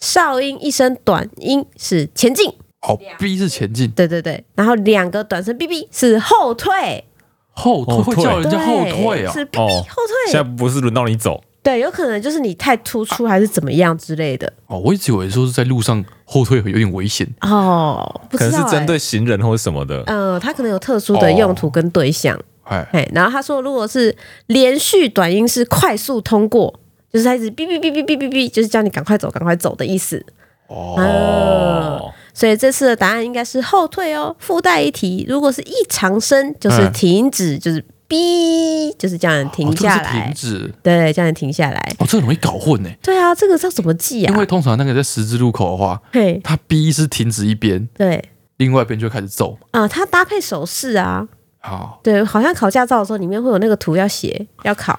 D: 哨音一声短音是前进。”
B: 好，B 哦是前进，
D: 对对对，然后两个短声 “b b” 是后退，
B: 后退，
C: 后
B: 会
C: 退
B: 叫人家哦后退
D: 对
B: 啊，
D: 是 “b b”
C: 哦
D: 后
C: 现在
D: 退，
C: 不是轮到你走，
D: 对，有可能就是你太突出还是怎么样之类的
B: 哦，我一直以为说是在路上后退有点危险，
D: 哦，不
C: 可
D: 知
C: 能
D: 道、欸，
C: 是针对行人或者什么的。
D: 呃，它可能有特殊的用途跟对象，
B: 哎，
D: 哎、然后他说如果是连续短音是快速通过。就是他一直哔哔哔哔哔哔哔，就是叫你赶快走，赶快走的意思。呃
C: 哦，
D: 所以这次的答案应该是后退哦。附带一题，如果是异常声，就是
B: 嗯
D: 停止，就是哔，就是叫人
B: 哦
D: 停
B: 这个
D: 下
B: 是
D: 来
B: 停。止，
D: 对，叫你停下来。
B: 哦，这很容易搞混呢，
D: 对啊，这个要怎么记
B: 因
D: 啊
B: 为？通常那个在十字路口的话，
D: 嘿，
B: 它 B 是停止一边，
D: 对
B: 另外一边就开始哦走，
D: 啊，它搭配手势啊，
B: 好，
D: 对，好像考驾照的时候里面会有那个图要写要考，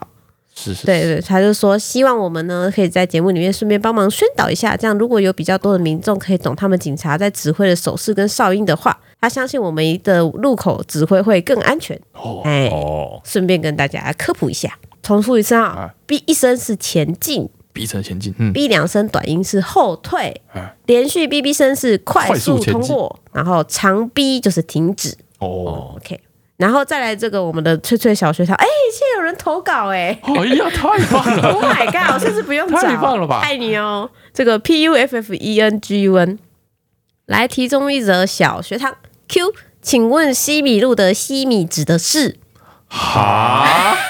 B: 是是，
D: 对对，他就说希望我们呢可以在节目里面顺便帮忙宣导一下，这样如果有比较多的民众可以懂他们警察在指挥的手势跟哨音的话，他相信我们的路口指挥会更安全。
B: 哦，
D: 哎，
C: 哦，
D: 顺便跟大家科普一下，重复一次啊
B: 啊
D: ，B 一声是前进
B: B 成前进，嗯，
D: ，B 两声短音是后退
B: 哎，
D: 连续 B B 声是快
B: 快速
D: 速
B: 前
D: 通
B: 进
D: 过，然后长 B 就是停止。
B: 哦，
D: OK，然后再来这个我们的翠翠小学堂，哎、现在有人投稿哎、
B: 哎呀，太棒 了，
D: Oh my god！我甚至不用找，
B: 太棒了吧
D: 爱你哦！这个 P U F F E N G U N，来题中一则小学堂 Q，请问西米露的西米指的是？
B: 哈，
D: 哎、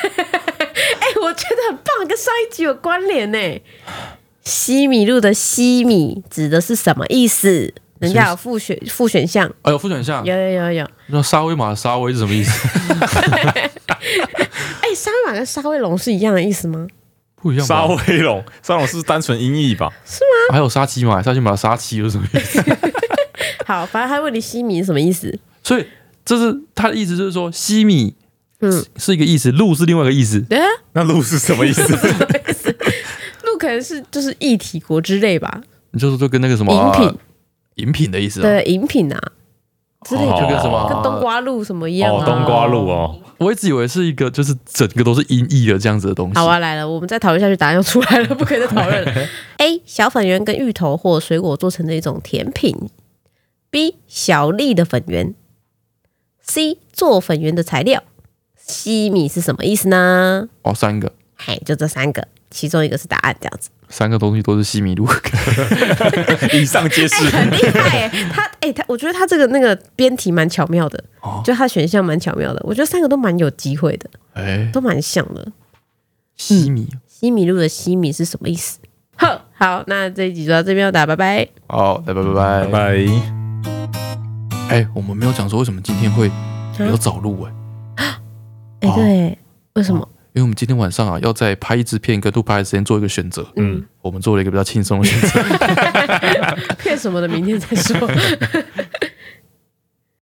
D: 我觉得很棒，跟上一集有关联呢、西米露的西米指的是什么意思？人家有复选复选项，
B: 哎呦，副选项，
D: 有有有有。
B: 那沙威玛的沙威是什么意 思？
D: 哎、沙威玛跟沙威龙是一样的意思吗？
B: 不一样吧，
C: 沙威龙，沙威龙是不是单纯音译吧？
B: 还有沙琪玛，沙琪玛的沙琪又是什么意 思？
D: 好，反正他问你西米是什么意思？
B: 所以这是他的意思，就是说西米
D: 嗯，
B: 是一个意思，路是另外一个意思。
D: 对啊，
C: 那路是什么意思？
D: 鹿可能是就是一体国之类吧，
B: 你就是就跟那个什么
D: 饮品
B: 呃饮品的意思啊，
D: 对饮品啊之类
B: 哦就
D: 的，
B: 跟什
D: 跟冬
B: 么，
D: 瓜露什么 一样
C: 哦
D: 啊。，
C: 冬瓜路哦，
B: 我一直以为是一个就是整个都是音译的这样子的东西
D: 好。啊，来了，我们再讨论下去，答案又出来了，不可以再讨论了。A. 小粉圆跟芋头或水果做成的一种甜品。B. 小粒的粉圆。C. 做粉圆的材料。西米是什么意思呢？
B: 哦，三个
D: 嘿，就这三个，其中一个是答案，这样子。
B: 三个东西都是西米露。
C: 以上皆是。
D: 很厉害耶、他哎、他我觉得他这个那个编题蛮巧妙的，
B: 哦
D: 就他选项蛮巧妙的，我觉得三个都蛮有机会的，
B: 哎，
D: 都嗯蛮像的。
B: 西米
D: 西米露的西米是什么意思？呵，好，那这一集就到这边了，哦大家拜拜。
B: 好，拜拜
C: 拜
B: 嗯拜拜。
C: 拜。
B: 哎，我们没有讲说为什么今天会
D: 啊
B: 没有找路哎，
D: 哎、
B: 哦
D: 对，为什 么？
B: 因为我们今天晚上啊要在拍一支片跟录拍的时间做一个选择。
C: 嗯
B: 我们做了一个比较轻松的选择，
D: 骗什么的，明天再说。